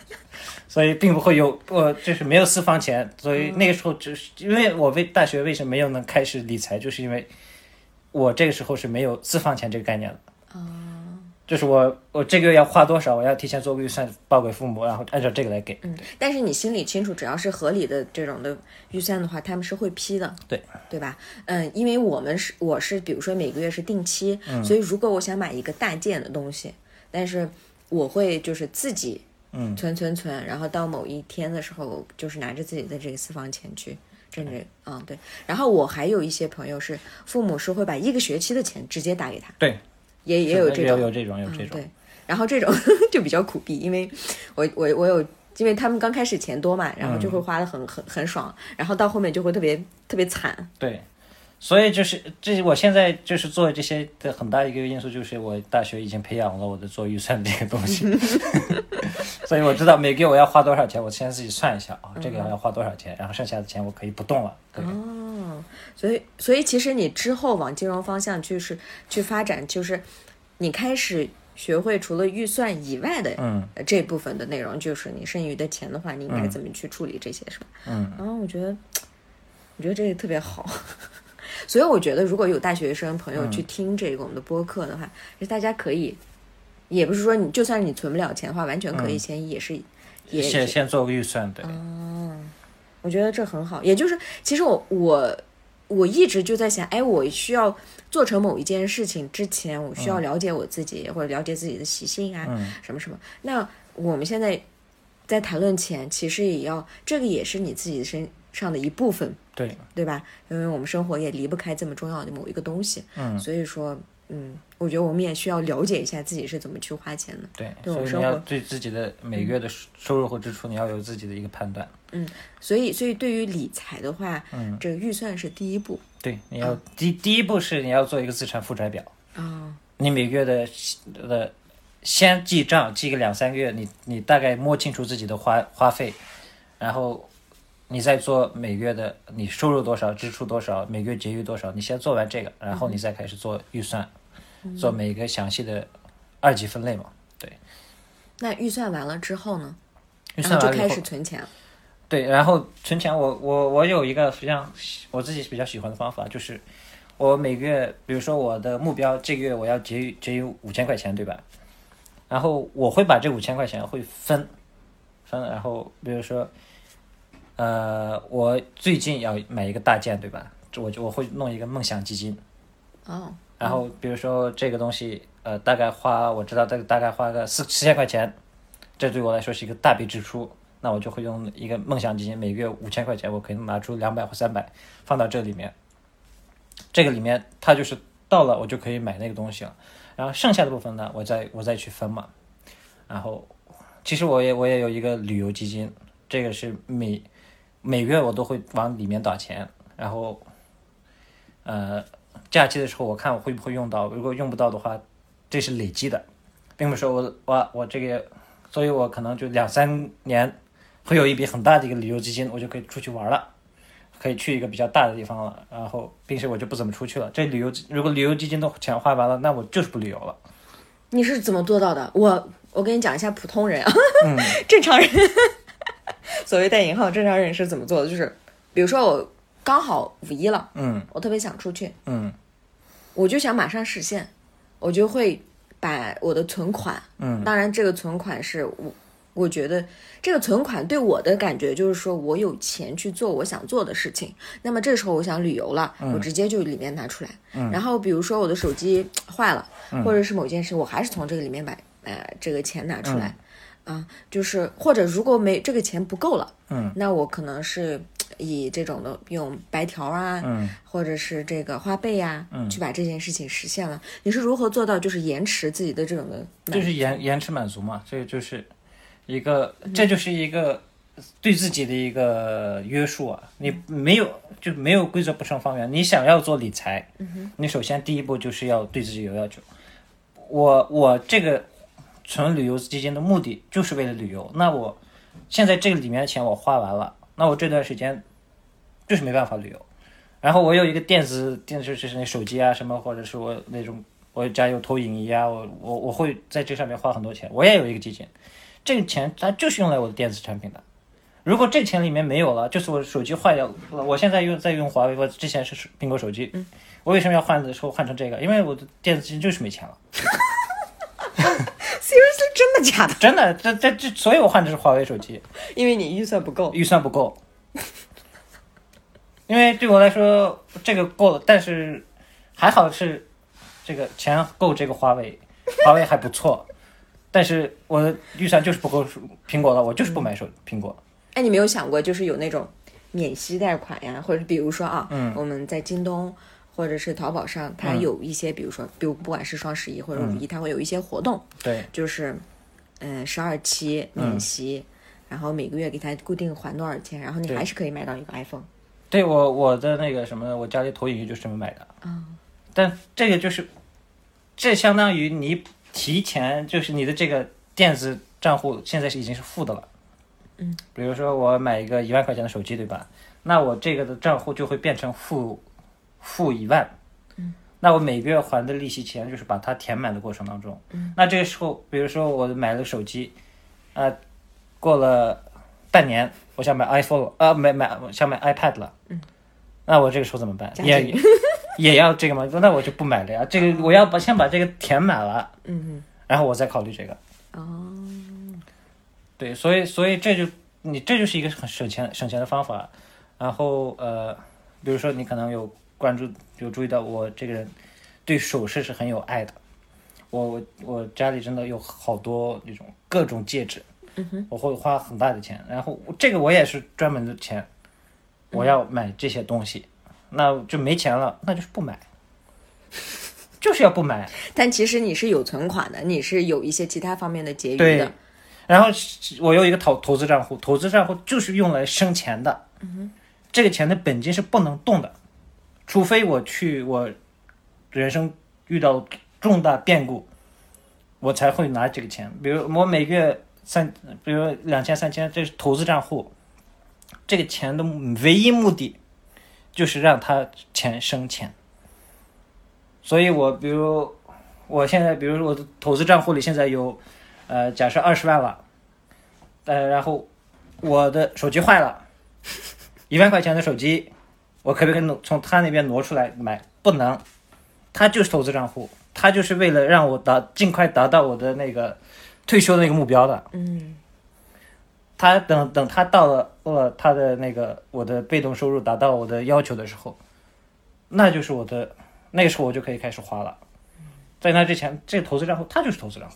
所以并不会有，我、就是没有私房钱，所以
嗯
那个时候只是因为我为大学为什么没有能开始理财，就是因为我这个时候是没有私房钱这个概念的。
哦
就是我，我这个月要花多少，我要提前做个预算报给父母，然后按照这个来给。
嗯，但是你心里清楚，只要是合理的这种的预算的话，他们是会批的，
对
对吧？嗯，因为我们是我是比如说每个月是定期，
嗯
所以如果我想买一个大件的东西，但是我会就是自己
嗯
存存存，然后到某一天的时候，就是拿着自己的这个私房钱去挣着，嗯，对。然后我还有一些朋友是父母是会把一个学期的钱直接打给他，
对，
也也有这
有
种，
有这种有这种，
嗯，对。然后这种 就比较苦逼，因为我我我有，因为他们刚开始钱多嘛，然后
嗯
就会花的很、很很爽，然后到后面就会特别特别惨。
对，所以就是这些，我现在就是做这些的很大一个因素就是我大学已经培养了我的做预算这个东 西，所以我知道每个月我要花多少钱，我先自己算一下啊，这个
嗯
要花多少钱，然后剩下的钱我可以不动了。对，
哦所以所以其实你之后往金融方向去是去发展，就是你开始学会除了预算以外的
嗯
呃这部分的内容，就是你剩余的钱的话，你应该怎么去处理这些，是吧？
嗯，
然后我觉得，我觉得这个特别好。 所以我觉得，如果有大学生朋
嗯
友去听这个我们的播客的话，就大家可以，也不是说你就算你存不了钱的话，完全可以先也是、也
嗯先先做个预算，对，
哦我觉得这很好。也就是，其实我我我一直就在想，哎，我需要做成某一件事情之前，我需要了解我自己，或者了解自己的习性啊，
嗯
什么什么。那我们现在在谈论前，其实也要这个也是你自己身上的一部分，
对，
对吧？因为我们生活也离不开这么重要的某一个东西，
嗯
所以说，嗯，我觉得我们也需要了解一下自己是怎么去花钱的。
对，
对
所
我
以
生
你要
活
对自己的每个月的收收入和支出，你要有自己的一个判断。
所以，所以对于理财的话，
嗯
这个预算是第一步
对，你
嗯
要第第一步是你要做一个资产负债表，
啊、
你每个月的的先记账，记个两三个月，你你大概摸清楚自己的花花费，然后你再做每个月的你收入多少，支出多少，每个月结余多少，你先做完这个，然后
嗯
你再开始做预算，做每个详细的二级分类嘛。对，
那预算完了之后呢？
预
然
算
后就
完了
开
以后
始，存钱了。
对，然后存钱我，我我有一个非常喜我自己比较喜欢的方法，就是我每个月，比如说我的目标，这个月我要节余节余五千块钱，对吧？然后我会把这五千块钱会分分，然后比如说，呃，我最近要买一个大件，对吧？这我就我会弄一个梦想基金，
哦，
然后比如说这个东西，呃，大概花我知道大概大概花个四四千块钱，这对我来说是一个大笔支出，那我就会用一个梦想基金，每个月五千块钱，我可以拿出两百或三百放到这里面，这个里面它就是到了我就可以买那个东西了，然后剩下的部分呢，我再我再去分嘛，然后其实我也我也有一个旅游基金，这个是每每月我都会往里面打钱，然后呃假期的时候，我看我会不会用到。如果用不到的话，这是累积的，并不是说我我我这个，所以我可能就两三年会有一笔很大的一个旅游基金，我就可以出去玩了，可以去一个比较大的地方了。然后，并且我就不怎么出去了。这旅游如果旅游基金的钱花完了，那我就是不旅游了。
你是怎么做到的？我我跟你讲一下，普通人啊， 正常人，所谓带引号正常人是怎么做的？就是比如说我刚好五一了，
嗯
我特别想出去，
嗯
我就想马上实现，我就会把我的存款，
嗯
当然这个存款是我。我觉得这个存款对我的感觉就是说，我有钱去做我想做的事情。那么这时候我想旅游了，
嗯
我直接就里面拿出来。然后比如说我的手机坏了，
嗯
或者是某件事，我还是从这个里面把呃这个钱拿出来。
嗯
啊，就是或者如果没这个钱不够了，
嗯，
那我可能是以这种的用白条啊，
嗯，
或者是这个花呗呀、去把这件事情实现了。你是如何做到就是延迟自己的这种的满？
就是延延迟满足嘛，这就是一个，这就是一个对自己的一个约束啊。你没有就没有规则不成方圆。你想要做理财，你首先第一步就是要对自己有要求。我我这个存旅游基金的目的就是为了旅游，那我现在这个里面的钱我花完了，那我这段时间就是没办法旅游。然后我有一个电子电子就是那手机啊什么，或者是我那种我家有投影仪啊，我我我会在这上面花很多钱。我也有一个基金，这个钱它就是用来我的电子产品的。如果这钱里面没有了，就是我手机坏掉了，我现在用在用华为，我之前是苹果手机，我为什么要换的时候换成这个？因为我的电子基金就是没钱了，
Seriously，真的假的？
真的，这这这，所以我换的是华为手机。
因为你预算不够。
预算不够，因为对我来说这个够了，但是还好是这个钱够这个华为，华为还不错，但是我的预算就是不够苹果了，我就是不买手苹果。
哎，你没有想过就是有那种免息贷款呀，或者是比如说啊，
嗯
我们在京东或者是淘宝上，它
嗯
有一些，比如说，比如不管是双十一或者五一，它会有一些活动，
对，
就是，嗯、十二期免息，然后每个月给它固定还多少钱，然后你
对
还是可以买到一个 iPhone。
对我我的那个什么，我家里投影仪就是这么买的。
嗯，
但这个就是，这相当于你提前就是你的这个电子账户现在是已经是负的了。
嗯，
比如说我买一个一万块钱的手机，对吧？那我这个的账户就会变成负负一万。
嗯
那我每个月还的利息钱就是把它填满的过程当中。
嗯
那这个时候，比如说我买了手机，啊、过了半年，我想买 iPhone 了，啊、买买我想买 iPad 了。那我这个时候怎么办？
嗯加
也
紧
也要这个吗？那我就不买了呀。这
哦
个我要把先把这个填满了，
嗯，
然后我再考虑这个。
哦，
对，所以所以这就你这就是一个很省钱省钱的方法。然后呃，比如说你可能有关注有注意到我这个人对首饰是很有爱的，我我我家里真的有好多那种各种戒指，我会花很大的钱。然后我这个我也是专门的钱，我要买这些东西，那就没钱了，那就是不买，就是要不买。
但其实你是有存款的，你是有一些其他方面的结余
对
的。，
然后是我有一个投投资账户，投资账户就是用来生钱的，这个钱的本金是不能动的，除非我去我人生遇到重大变故，我才会拿这个钱。比如我每个月三，比如两千三千，这是投资账户，这个钱的唯一目的就是让它钱生钱。所以我比如我现在，比如说我的投资账户里现在有。呃，假设二十万了，呃，然后我的手机坏了，一万块钱的手机，我可不可以挪从他那边挪出来买？不能，他就是投资账户，他就是为了让我达尽快达到我的那个退休的那个目标的。
嗯，
他等等他到了呃他的那个我的被动收入达到我的要求的时候，那就是我的那个时候我就可以开始花了。在那之前，这个投资账户它就是投资账户。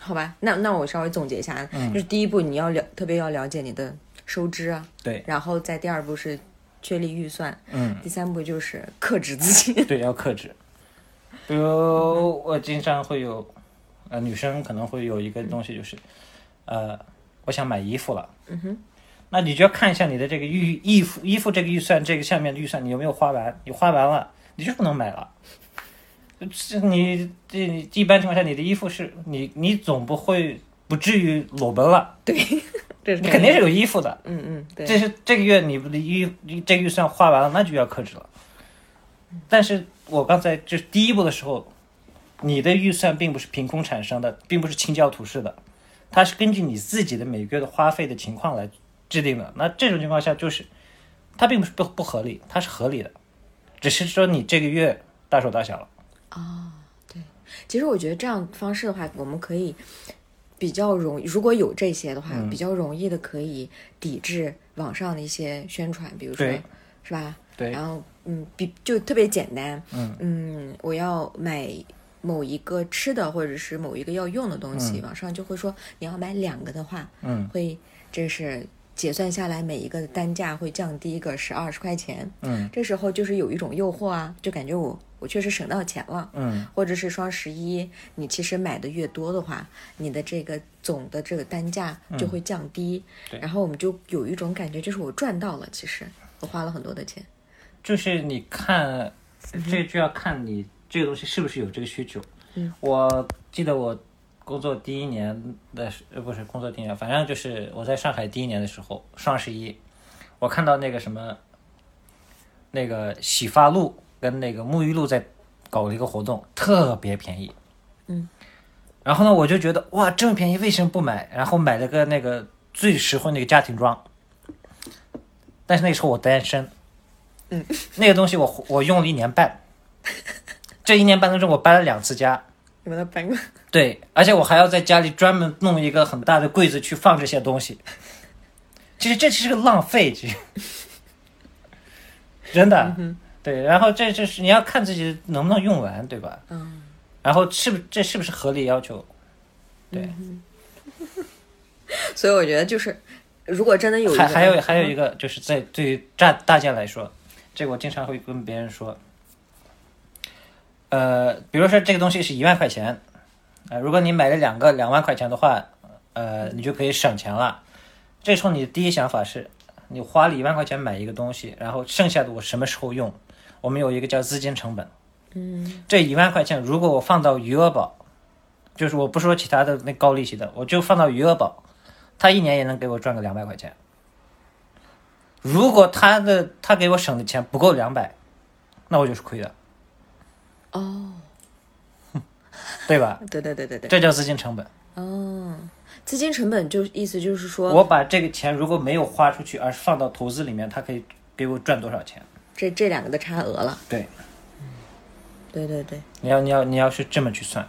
好吧，那那我稍微总结一下，啊
嗯
就是第一步你要了特别要了解你的收支啊，
对，
然后再第二步是确立预算，
嗯。
第三步就是克制自己。
对，要克制。比如我经常会有，呃，女生可能会有一个东西就是，呃，我想买衣服了。嗯哼。那你就要看一下你的这个预衣服衣服这个预算这个下面的预算你有没有花完？你花完了，你就不能买了。这你这你一般情况下你的衣服是你你总不会不至于裸奔了，
对，这是
你肯定是有衣服的。
嗯嗯对。
这是这个月你的预这个预算花完了，那就要克制了。但是我刚才就是第一步的时候，你的预算并不是凭空产生的，并不是清教徒式的，它是根据你自己的每个月的花费的情况来制定的。那这种情况下，就是它并不是不不合理，它是合理的，只是说你这个月大手大脚了。
其实我觉得这样方式的话，我们可以比较容易，如果有这些的话，
嗯
比较容易的可以抵制网上的一些宣传，比如说
对
是吧？
对
然后嗯，比就特别简单，嗯我要买。某一个吃的或者是某一个要用的东西，网上就会说你要买两个的话，
嗯，
会这是结算下来每一个单价会降低个十二十块钱，
嗯，
这时候就是有一种诱惑啊，就感觉我我确实省到钱了，
嗯，
或者是双十一，你其实买的越多的话，你的这个总的这个单价就会降低，
嗯对
然后我们就有一种感觉，就是我赚到了，其实我花了很多的钱。
就是你看，这就要看你这个东西是不是有这个需求。我记得我工作第一年的时呃不是工作第一年，反正就是我在上海第一年的时候，双十一，我看到那个什么，那个洗发露跟那个沐浴露在搞了一个活动，特别便宜。
嗯。
然后呢，我就觉得哇，这么便宜为什么不买？然后买了个那个最实惠那个家庭装，但是那个时候我单身。那个东西我我用了一年半，这一年半当中我搬了两次家，
你们的搬 过，
对，而且我还要在家里专门弄一个很大的柜子去放这些东西。其实这是个浪费，其实真的，对。然后这就是你要看自己能不能用完，对吧？
嗯，
然后是不这是不是合理要求？对，
所以我觉得就是如果真的有一个
还还有还有一个就是在对于大大家来说，这个我经常会跟别人说，呃，比如说这个东西是一万块钱，呃，如果你买了两个两万块钱的话，呃，你就可以省钱了。这时候你的第一想法是，你花了一万块钱买一个东西，然后剩下的我什么时候用？我们有一个叫资金成本。嗯，这一万块钱如果我放到余额宝，就是我不说其他的那高利息的，我就放到余额宝，他一年也能给我赚个两百块钱。如果他的他给我省的钱不够两百，那我就是亏的，
哦，
对吧？
对对对对对，
这叫资金成本。
哦，资金成本就是意思就是说，
我把这个钱如果没有花出去，而是放到投资里面，它可以给我赚多少钱？
这这两个的差额了。
对，
对对对，
你要你要你要是这么去算，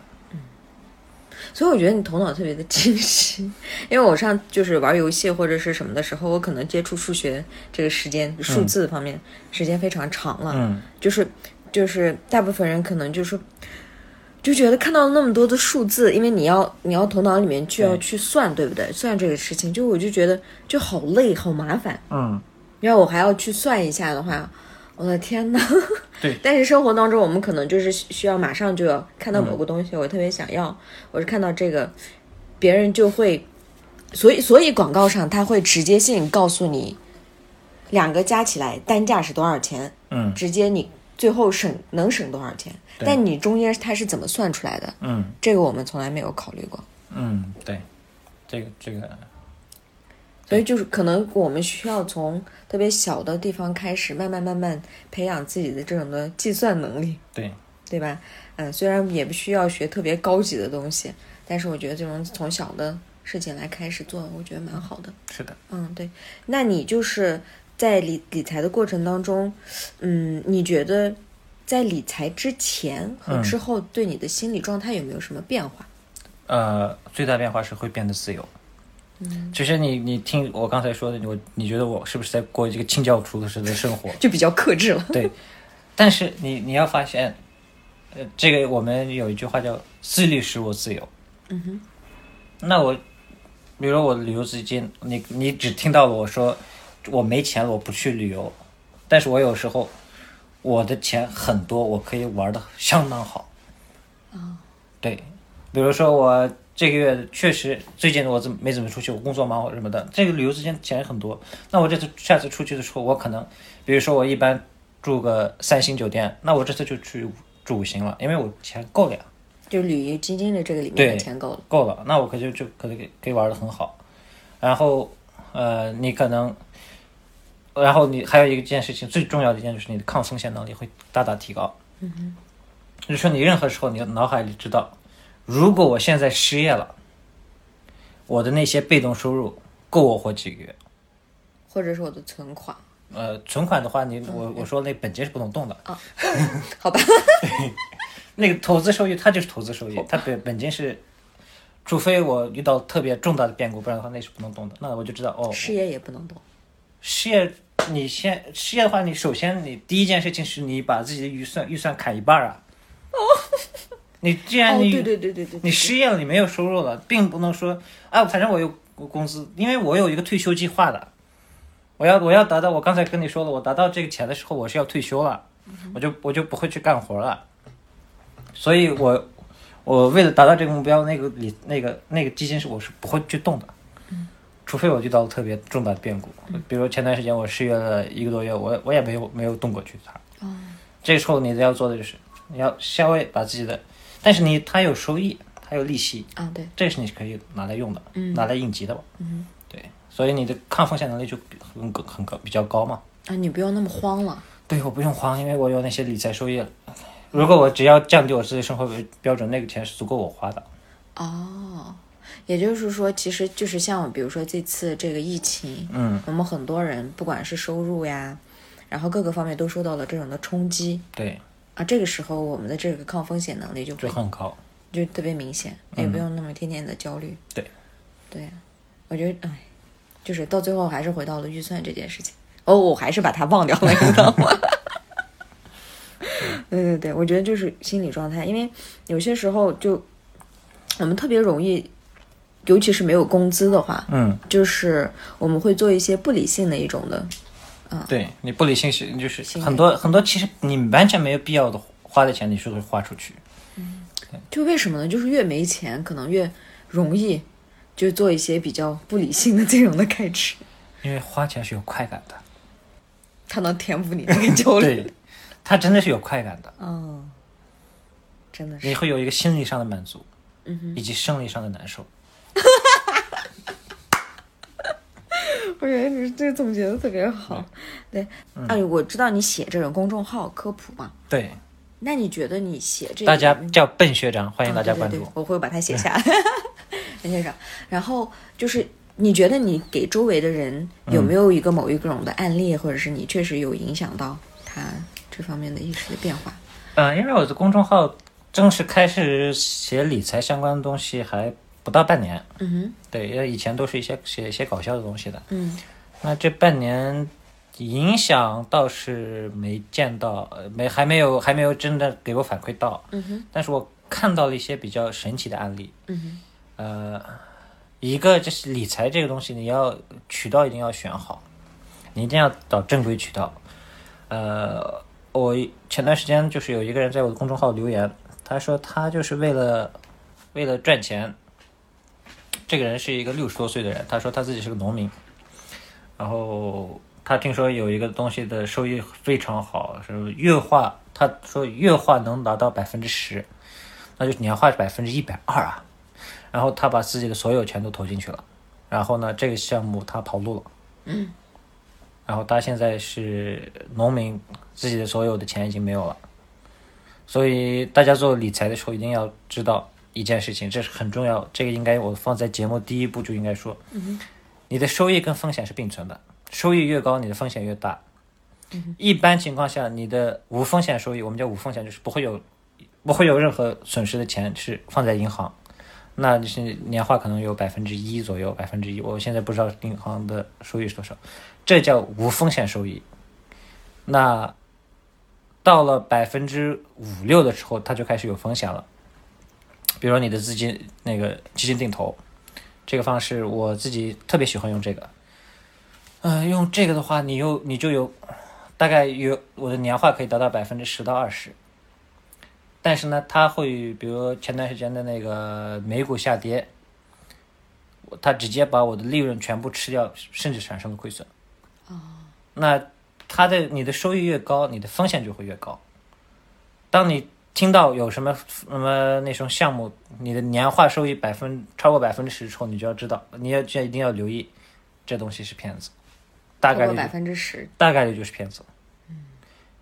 所以我觉得你头脑特别的清晰， 因为我上就是玩游戏或者是什么的时候，我可能接触数学这个时间数字方面、时间非常长了，
嗯，
就是就是大部分人可能就是就觉得看到那么多的数字，因为你要你要头脑里面就要
对
去算，对不对？算这个事情，就我就觉得就好累，好麻烦。
嗯，
要我还要去算一下的话，我的天呐！
对
但是生活当中，我们可能就是需需要马上就要看到
嗯
某个东西，我特别想要，我是看到这个，别人就会，所以所以广告上他会直接性告诉你，两个加起来单价是多少钱，
嗯
直接你最后省能省多少钱，
对
但你中间它是怎么算出来的，
嗯
这个我们从来没有考虑过。
嗯，对，这个这个，
所以就是可能我们需要从特别小的地方开始，慢慢慢慢培养自己的这种的计算能力，
对
对吧？嗯，虽然也不需要学特别高级的东西，但是我觉得这种从小的事情来开始做，我觉得蛮好的。
是的，
嗯，对。那你就是在理理财的过程当中，嗯，你觉得在理财之前和
嗯
之后对你的心理状态有没有什么变化？
呃，最大变化是会变得自由。嗯，其实你你听我刚才说的，我你觉得我是不是在过这个清教徒式的生活？
就比较克制了。
对，但是你你要发现，呃，这个我们有一句话叫“自律使我自由”。嗯哼。那我，比如我旅游资金，你你只听到了我说我没钱了，我不去旅游，但是我有时候我的钱很多，我可以玩的相当好。对，比如说我这个月确实最近我怎么没怎么出去，我工作忙或者什么的，这个旅游之间钱很多。那我这次下次出去的时候，我可能，比如说我一般住个三星酒店，那我这次就去住五星了，因为我钱够了呀，
就旅游基金的这个里面的
对
钱够了。
够了，那我可就就可以可以玩的很好。然后，呃，你可能，然后你还有一件事情，最重要的一件就是你的抗风险能力会大大提高。嗯就是说你任何时候你的脑海里知道，如果我现在失业了，我的那些被动收入够我活几个月。
或者是我的存款，
呃，存款的话，你我我说那本金是不能动的，
好吧？
那个投资收益它就是投资收益，它本本金是，除非我遇到特别重大的变故，不然的话那是不能动的。那我就知道哦，
事业也不能动。
失业，你先失业的话，你首先你第一件事情是你把自己的预算预算砍一半儿啊。哦。你既然
哦，
你、
对对对对对，
你失业了，你没有收入了，并不能说啊，反正我有工资，因为我有一个退休计划的。我要我要达到我刚才跟你说了，我达到这个钱的时候，我是要退休了，我就我就不会去干活了。所以我我为了达到这个目标，那个理那个那个基金是我是不会去动的，除非我遇到了特别重大的变故，比如前段时间我失业了一个多月，我我也没有没有动过去它。这时候你要做的就是你要稍微把自己的，但是你它有收益，它有利息，
啊，对，
这是你可以拿来用的，拿来应急的嘛。对，所以你的抗风险能力就很高很高比较高嘛。
啊，你不要那么慌了。
对，我不用慌，因为我有那些理财收益了。如果我只要降低我自己生活标准，那个钱是足够我花的。
哦，也就是说，其实就是像比如说这次这个疫情，
嗯，
我们很多人不管是收入呀，然后各个方面都受到了这种的冲击
对，
啊，这个时候我们的这个抗风险能力就
就
会
很高。
就特别明显，也不用那么天天的焦虑。
嗯对，
对，我觉得哎，就是到最后还是回到了预算这件事情。哦，我还是把它忘掉了，你知道吗？ 对对对，我觉得就是心理状态，因为有些时候就我们特别容易尤其是没有工资的话，
嗯，
就是我们会做一些不理性的一种的，
对你不理性行就是
行
很多很多，其实你完全没有必要的花的钱，你是会花出去。
就为什么呢？就是越没钱，可能越容易就做一些比较不理性的这种的开支，
因为花钱是有快感的，
它能填补你那个焦虑。
对，它真的是有快感的，
嗯，真的是
你会有一个心理上的满足，
嗯
以及生理上的难受。
我觉得你这总结的特别好。
嗯
对，哎，我知道你写这种公众号科普嘛，
对，
那你觉得你写这
大家
个嗯啊
叫笨学长，欢迎大家
哦对对
关
对
注。嗯
我会把它写下来， 陈先生。然后就是，你觉得你给周围的人有没有一个某一种的案例，或者是你确实有影响到他这方面的意识的变化？
嗯，因为我的公众号正式开始写理财相关的东西还不到半年，
嗯哼，
对，因为以前都是一些写一些搞笑的东西的。
嗯
那这半年影响倒是没见到，呃没还没有还没有真的给我反馈到，
嗯哼，
但是我看到了一些比较神奇的案例。
嗯哼，
呃，一个就是理财这个东西，你要渠道一定要选好，你一定要找正规渠道。呃，我前段时间就是有一个人在我的公众号留言，他说他就是为了为了赚钱。这个人是一个六十多岁的人，他说他自己是个农民，然后他听说有一个东西的收益非常好，是月化，他说月化能达到百分之十，那就是年化百分之一百二啊。然后他把自己的所有钱都投进去了，然后呢，这个项目他跑路了，嗯，然后他现在是农民，自己的所有的钱已经没有了，所以大家做理财的时候一定要知道一件事情，这是很重要，这个应该我放在节目第一步就应该说，你的收益跟风险是并存的，收益越高，你的风险越大。一般情况下，你的无风险收益，我们叫无风险，就是不会有不会有任何损失的钱是放在银行，那就是年化可能有百分之一左右，百分之一，我现在不知道银行的收益是多少，这叫无风险收益。那到了百分之五六的时候，它就开始有风险了。比如说你的资金那个基金定投，这个方式我自己特别喜欢用这个。嗯、用这个的话，你又你就有大概有我的年化可以达到百分之十到二十。但是呢，它会比如前段时间的那个美股下跌，我它直接把我的利润全部吃掉，甚至产生了亏损。那它的你的收益越高，你的风险就会越高。当你听到有什么什么那种项目，你的年化收益百分超过百分之十之后，你就要知道，你要就一定要留意，这东西是骗子，大
超
概
过
率
百分之十，
大概率就是骗子。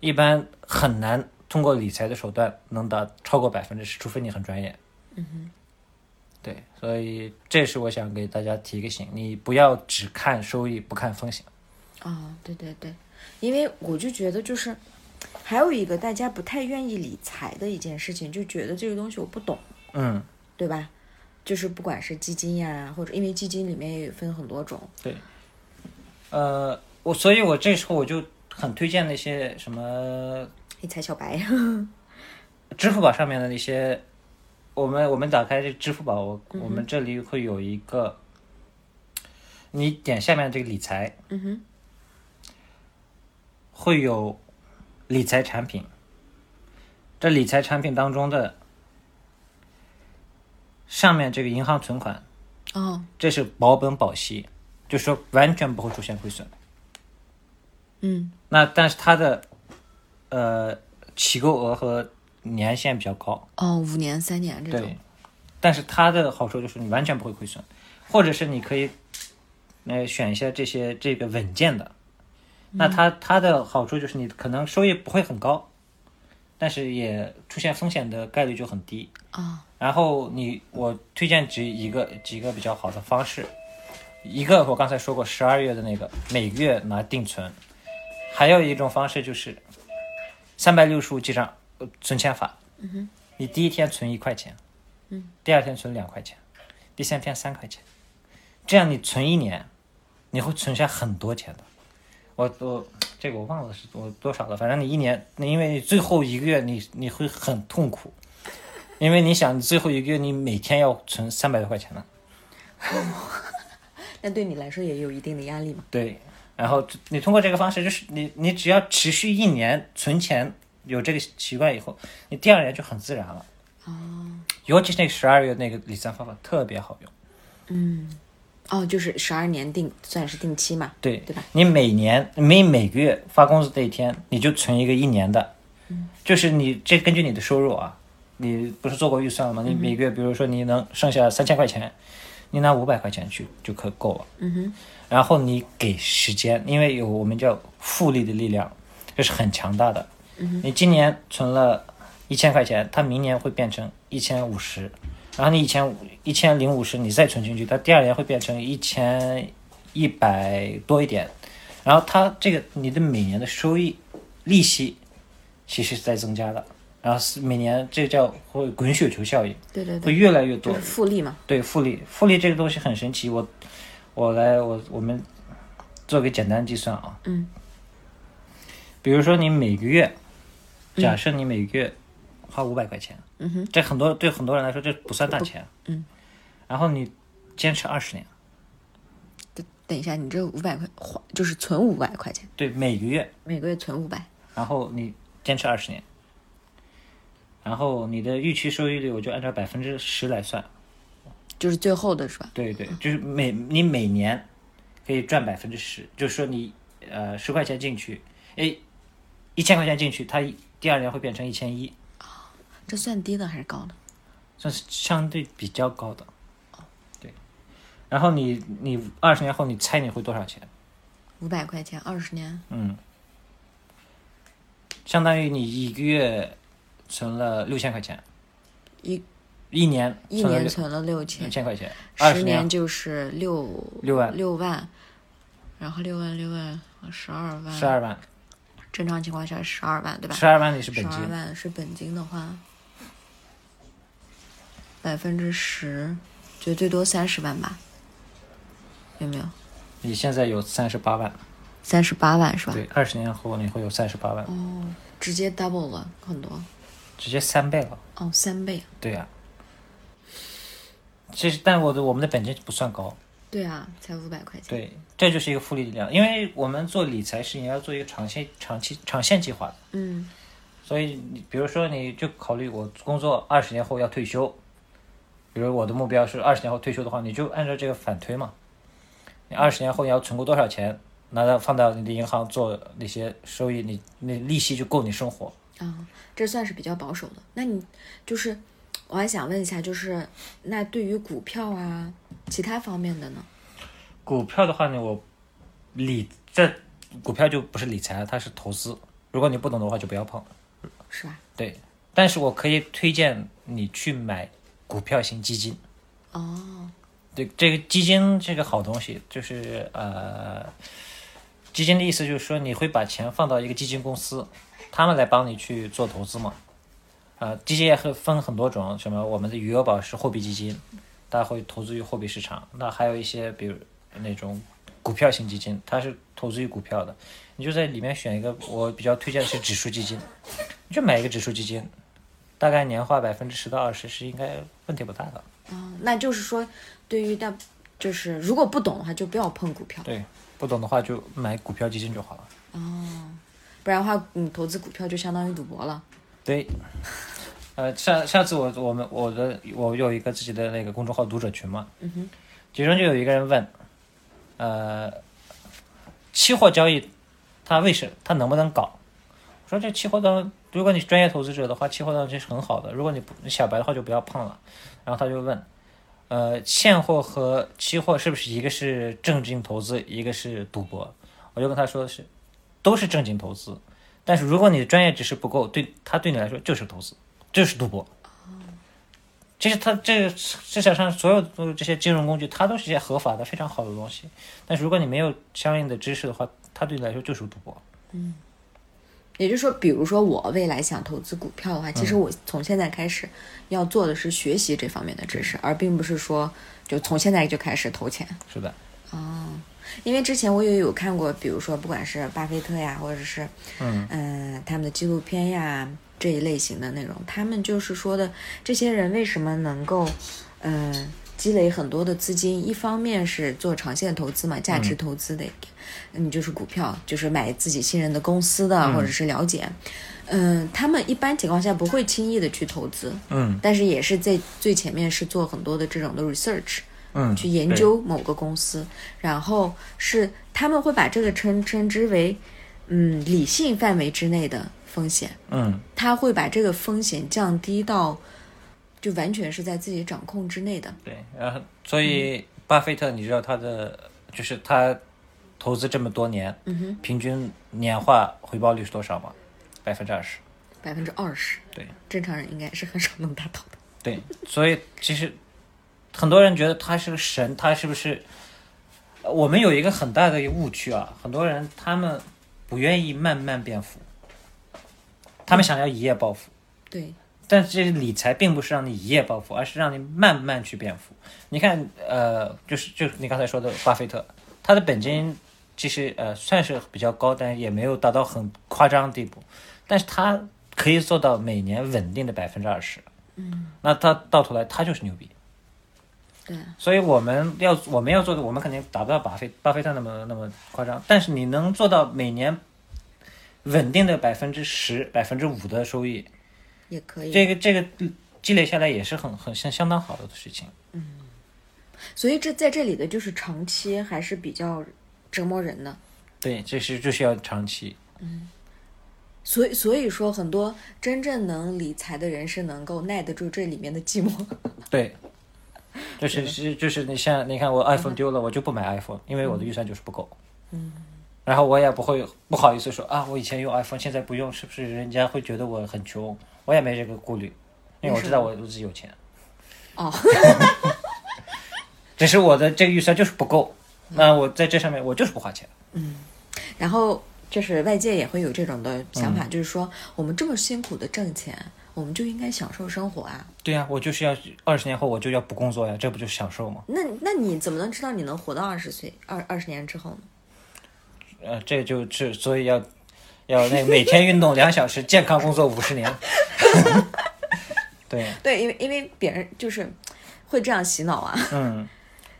一般很难通过理财的手段能达超过百分之十，除非你很专业。嗯对，所以这是我想给大家提个醒，你不要只看收益不看风险。
哦，对对对，因为我就觉得就是。还有一个大家不太愿意理财的一件事情，就觉得这个东西我不懂，
嗯，
对吧？就是不管是基金呀、或者因为基金里面也分很多种，
对。呃，我所以，我这时候我就很推荐那些什么
理财小白，
支付宝上面的那些，我们我们打开这支付宝，我
嗯
我们这里会有一个，你点下面这个理财，
嗯哼，
会有理财产品。这理财产品当中的上面这个银行存款，
哦，
这是保本保息，就说完全不会出现亏损。
嗯，
那但是它的呃起购额和年限比较高，
哦，五年、三年这种
对。，但是它的好处就是你完全不会亏损，或者是你可以，呃，选一下这些这个稳健的。
嗯
那它它的好处就是你可能收益不会很高，但是也出现风险的概率就很低。
啊、
然后你我推荐几一个几个比较好的方式，一个我刚才说过十二月的那个每个月拿定存，还有一种方式就是三百六十五记账呃存钱法。你第一天存一块钱，第二天存两块钱，第三天三块钱，这样你存一年，你会存下很多钱的。我我这个我忘了是多多少了，反正你一年，你因为你最后一个月你你会很痛苦，因为你想你最后一个月你每天要存三百多块钱呢，
那对你来说也有一定的压力嘛？
对，然后这你通过这个方式，就是你你只要持续一年存钱，有这个习惯以后，你第二年就很自然了。尤其是那十二月那个理财方法特别好用。
哦，就是十二年定算是定期嘛？
对，
对吧？
你每年每每个月发工资那一天，你就存一个一年的，就是你这根据你的收入啊，你不是做过预算了吗？你每个月，比如说你能剩下三千块钱，你拿五百块钱去就可够了。嗯哼。然后你给时间，因为有我们叫复利的力量，这是很强大的。嗯、你今年存了一千块钱，它明年会变成一千五十，然后你一千五一千零五十，你再存进去，它第二年会变成一千一百多一点，然后它这个你的每年的收益利息其实是在增加的，然后是每年这叫会滚雪球效应，
对对对
会越来越多
就是，复利嘛。
对复利，复利这个东西很神奇，我我来我我们做个简单计算啊，
嗯，
比如说你每个月，假设你每个月花五百块钱，嗯哼，这很多对很多人来说这不算大钱，嗯，然后你坚持二十年，
等等一下，你这五百块花就是存五百块钱，
对，每个月，
每个月存五百，
然后你坚持二十年，然后你的预期收益率我就按照百分之十来算，
就是最后的是吧？
对对，就是每你每年可以赚百分之十，就是说你呃十块钱进去，哎，一千块钱进去，它一第二年会变成一千一，
这算低的还是高的？
算是相对比较高的，
哦
对。然后你你二十年后，你猜你会多少钱？
五百块钱二十年，
相当于你一个月存了六千块钱，
一
一年
一
存了
年
六
存了六
六
千，
千块钱，嗯二
十
十
年就是六
六万
六万，然后六万六万十二万，
十二万，
正常情况下十二万对吧？
十二万你是本
十
金
二，万是本金的话，百分之十，就最多三十万吧，有没有？
你现在有三十八万，
三十八万是吧？
对，二十年后你会有三十八万，
哦，直接 double 了很多，
直接三倍了。
哦，三倍。
对呀、其实，但我的我们的本金不算高，
对啊，才五百块钱。
对，这就是一个复利力量。因为我们做理财是你要做一个长线、长期、长线计划的，
嗯，
所以你比如说你就考虑我工作二十年后要退休，比如我的目标是二十年后退休的话，你就按照这个反推嘛。你二十年后你要存够多少钱，拿到放到你的银行做那些收益，你那利息就够你生活。
啊，这算是比较保守的。那你就是，我还想问一下，就是那对于股票啊，其他方面的呢？
股票的话呢，我理这股票就不是理财了，它是投资。如果你不懂的话，就不要碰。
是吧？
对，但是我可以推荐你去买股票型基金。
哦，
对，这个基金这个好东西，就是呃，基金的意思就是说你会把钱放到一个基金公司，他们来帮你去做投资嘛。啊、基金也很分很多种，什么我们的余额宝是货币基金，它会投资于货币市场。那还有一些比如那种股票型基金，它是投资于股票的，你就在里面选一个。我比较推荐的是指数基金，你就买一个指数基金，大概年化百分之十到二十是应该问题不大的。
哦，那就是说，对于大，就是如果不懂的话，就不要碰股票。
对，不懂的话就买股票基金就好了。
不然的话，你投资股票就相当于赌博了。
对，呃，上上次我我们我的我有一个自己的那个公众号读者群嘛，嗯哼，其中就有一个人问，呃，期货交易它为什它能不能搞？我说这期货当，如果你是专业投资者的话，期货当然是很好的，如果你不你小白的话就不要碰了。然后他就问，呃，现货和期货是不是一个是正经投资，一个是赌博？我就跟他说是，都是正经投资，但是如果你的专业知识不够，对他对你来说就是投资，就是赌博。其实它这个市场上所有的这些金融工具，它都是一些合法的、非常好的东西。但是如果你没有相应的知识的话，它对你来说就是赌博。
也就是说，比如说我未来想投资股票的话，其实我从现在开始要做的是学习这方面的知识，而并不是说就从现在就开始投钱。
是的，
因为之前我也有看过，比如说不管是巴菲特呀，或者是嗯、呃他们的纪录片呀这一类型的内容，他们就是说的这些人为什么能够嗯、呃积累很多的资金，一方面是做长线投资嘛，价值投资的，嗯，就是股票，就是买自己信任的公司的，或者是了解。嗯，他们一般情况下不会轻易的去投资，
嗯
但是也是在最前面是做很多的这种的 research，
嗯，
去研
对，
究某个公司，然后是他们会把这个称称之为，嗯，理性范围之内的风险，
嗯
他会把这个风险降低到，就完全是在自己掌控之内的。
对，然后所以巴菲特，你知道他的就是他投资这么多年，
嗯哼
平均年化回报率是多少吗？百分之二十。
百分之二十，
对
正常人应该是很少能达到的。
对，所以其实很多人觉得他是个神，他是不是？呃我们有一个很大的一个误区啊，很多人他们不愿意慢慢变富，他们想要一夜暴富。
对，
但是这理财并不是让你一夜暴富，而是让你慢慢去变富。你看，呃，就是就是你刚才说的巴菲特，他的本金其实呃算是比较高，但是也没有达到很夸张的地步，但是他可以做到每年稳定的百分之二十。嗯，那他到头来他就是牛逼。
对，啊
所以我们要我们要做的，我们肯定达不到巴菲巴菲特那么那么夸张，但是你能做到每年稳定的百分之十、百分之五的收益，
也可以。
这个这个积累下来也是很很相相当好的事情。
所以这在这里的就是长期还是比较折磨人的。
对，这是就是要长期。
所以所以说，很多真正能理财的人是能够耐得住这里面的寂寞。
对，就是是就是你像你看我 iPhone 丢了，我就不买 iPhone，因为我的预算就是不够。嗯。然后我也不会不好意思说啊，我以前用 iPhone，现在不用，是不是人家会觉得我很穷？我也没这个顾虑，因为我知道我我自己有钱，
哦，
只是我的这个预算就是不够。那我在这上面我就是不花钱。
然后就是外界也会有这种的想法，就是说我们这么辛苦的挣钱，我们就应该享受生活啊。
对呀、我就是要二十年后我就要不工作呀，这不就是享受吗？
那那你怎么能知道你能活到二十岁、二二十年之后呢？
呃，这就是所以要要那个每天运动两小时，健康工作五十年。 对，
对，因为因为别人就是会这样洗脑啊。
嗯，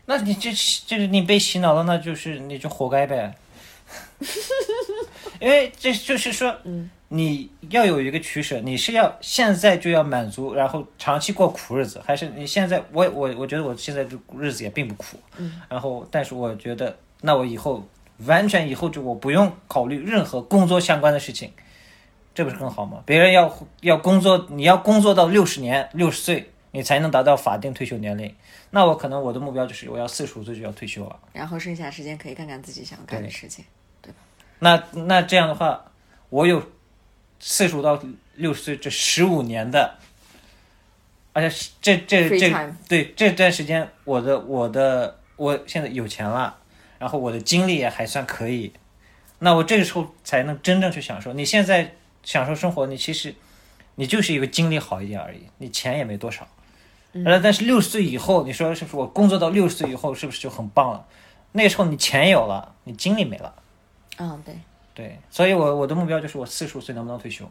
那你这这个你被洗脑了，那就是你就活该呗。 因为这就是说，你要有一个取舍，你是要现在就要满足，然后长期过苦日子，还是你现在我我我觉得我现在这日子也并不苦，然后但是我觉得那我以后完全以后就我不用考虑任何工作相关的事情，这不是更好吗？别人要要工作，你要工作到六十年六十岁，你才能达到法定退休年龄。那我可能我的目标就是我要四十五岁就要退休了。
然后剩下时间可以干干自己想干的事情。
那那这样的话，我有四十五到六十岁这十五年的，而且这这
Free
这
time
对这段时间，我的我的我现在有钱了，然后我的精力也还算可以，那我这个时候才能真正去享受。你现在享受生活，你其实你就是一个精力好一点而已，你钱也没多少。
嗯
然后，但是六十岁以后，你说是不是我工作到六十岁以后，是不是就很棒了？那个时候你钱有了，你精力没了。
嗯，对。
对，所以我我的目标就是我四十五岁能不能退休？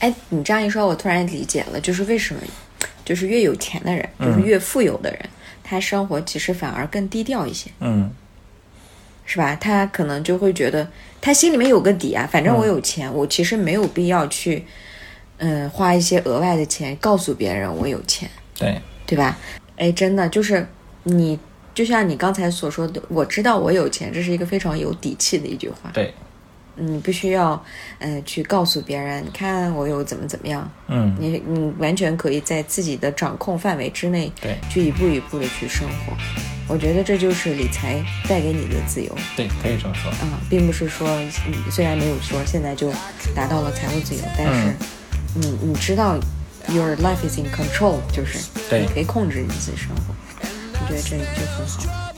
哎，你这样一说，我突然理解了，就是为什么，就是越有钱的人，就是越富有的人，他生活其实反而更低调一些，
嗯，
是吧？他可能就会觉得，他心里面有个底啊，反正
嗯
我有钱，我其实没有必要去，嗯、花一些额外的钱告诉别人我有钱。
对，
对吧？哎，真的就是你，就像你刚才所说的，我知道我有钱，这是一个非常有底气的一句话。
对，
你不需要，呃，去告诉别人，你看我有怎么怎么样，
嗯，
你你完全可以在自己的掌控范围之内，
对
去一步一步的去生活。我觉得这就是理财带给你的自由
对，可以这么说。
啊、并不是说你虽然没有说现在就达到了财务自由，但是你、你知道 your life is in control，就是
对
你可以控制你自己生活，我觉得这就很好。
Oh,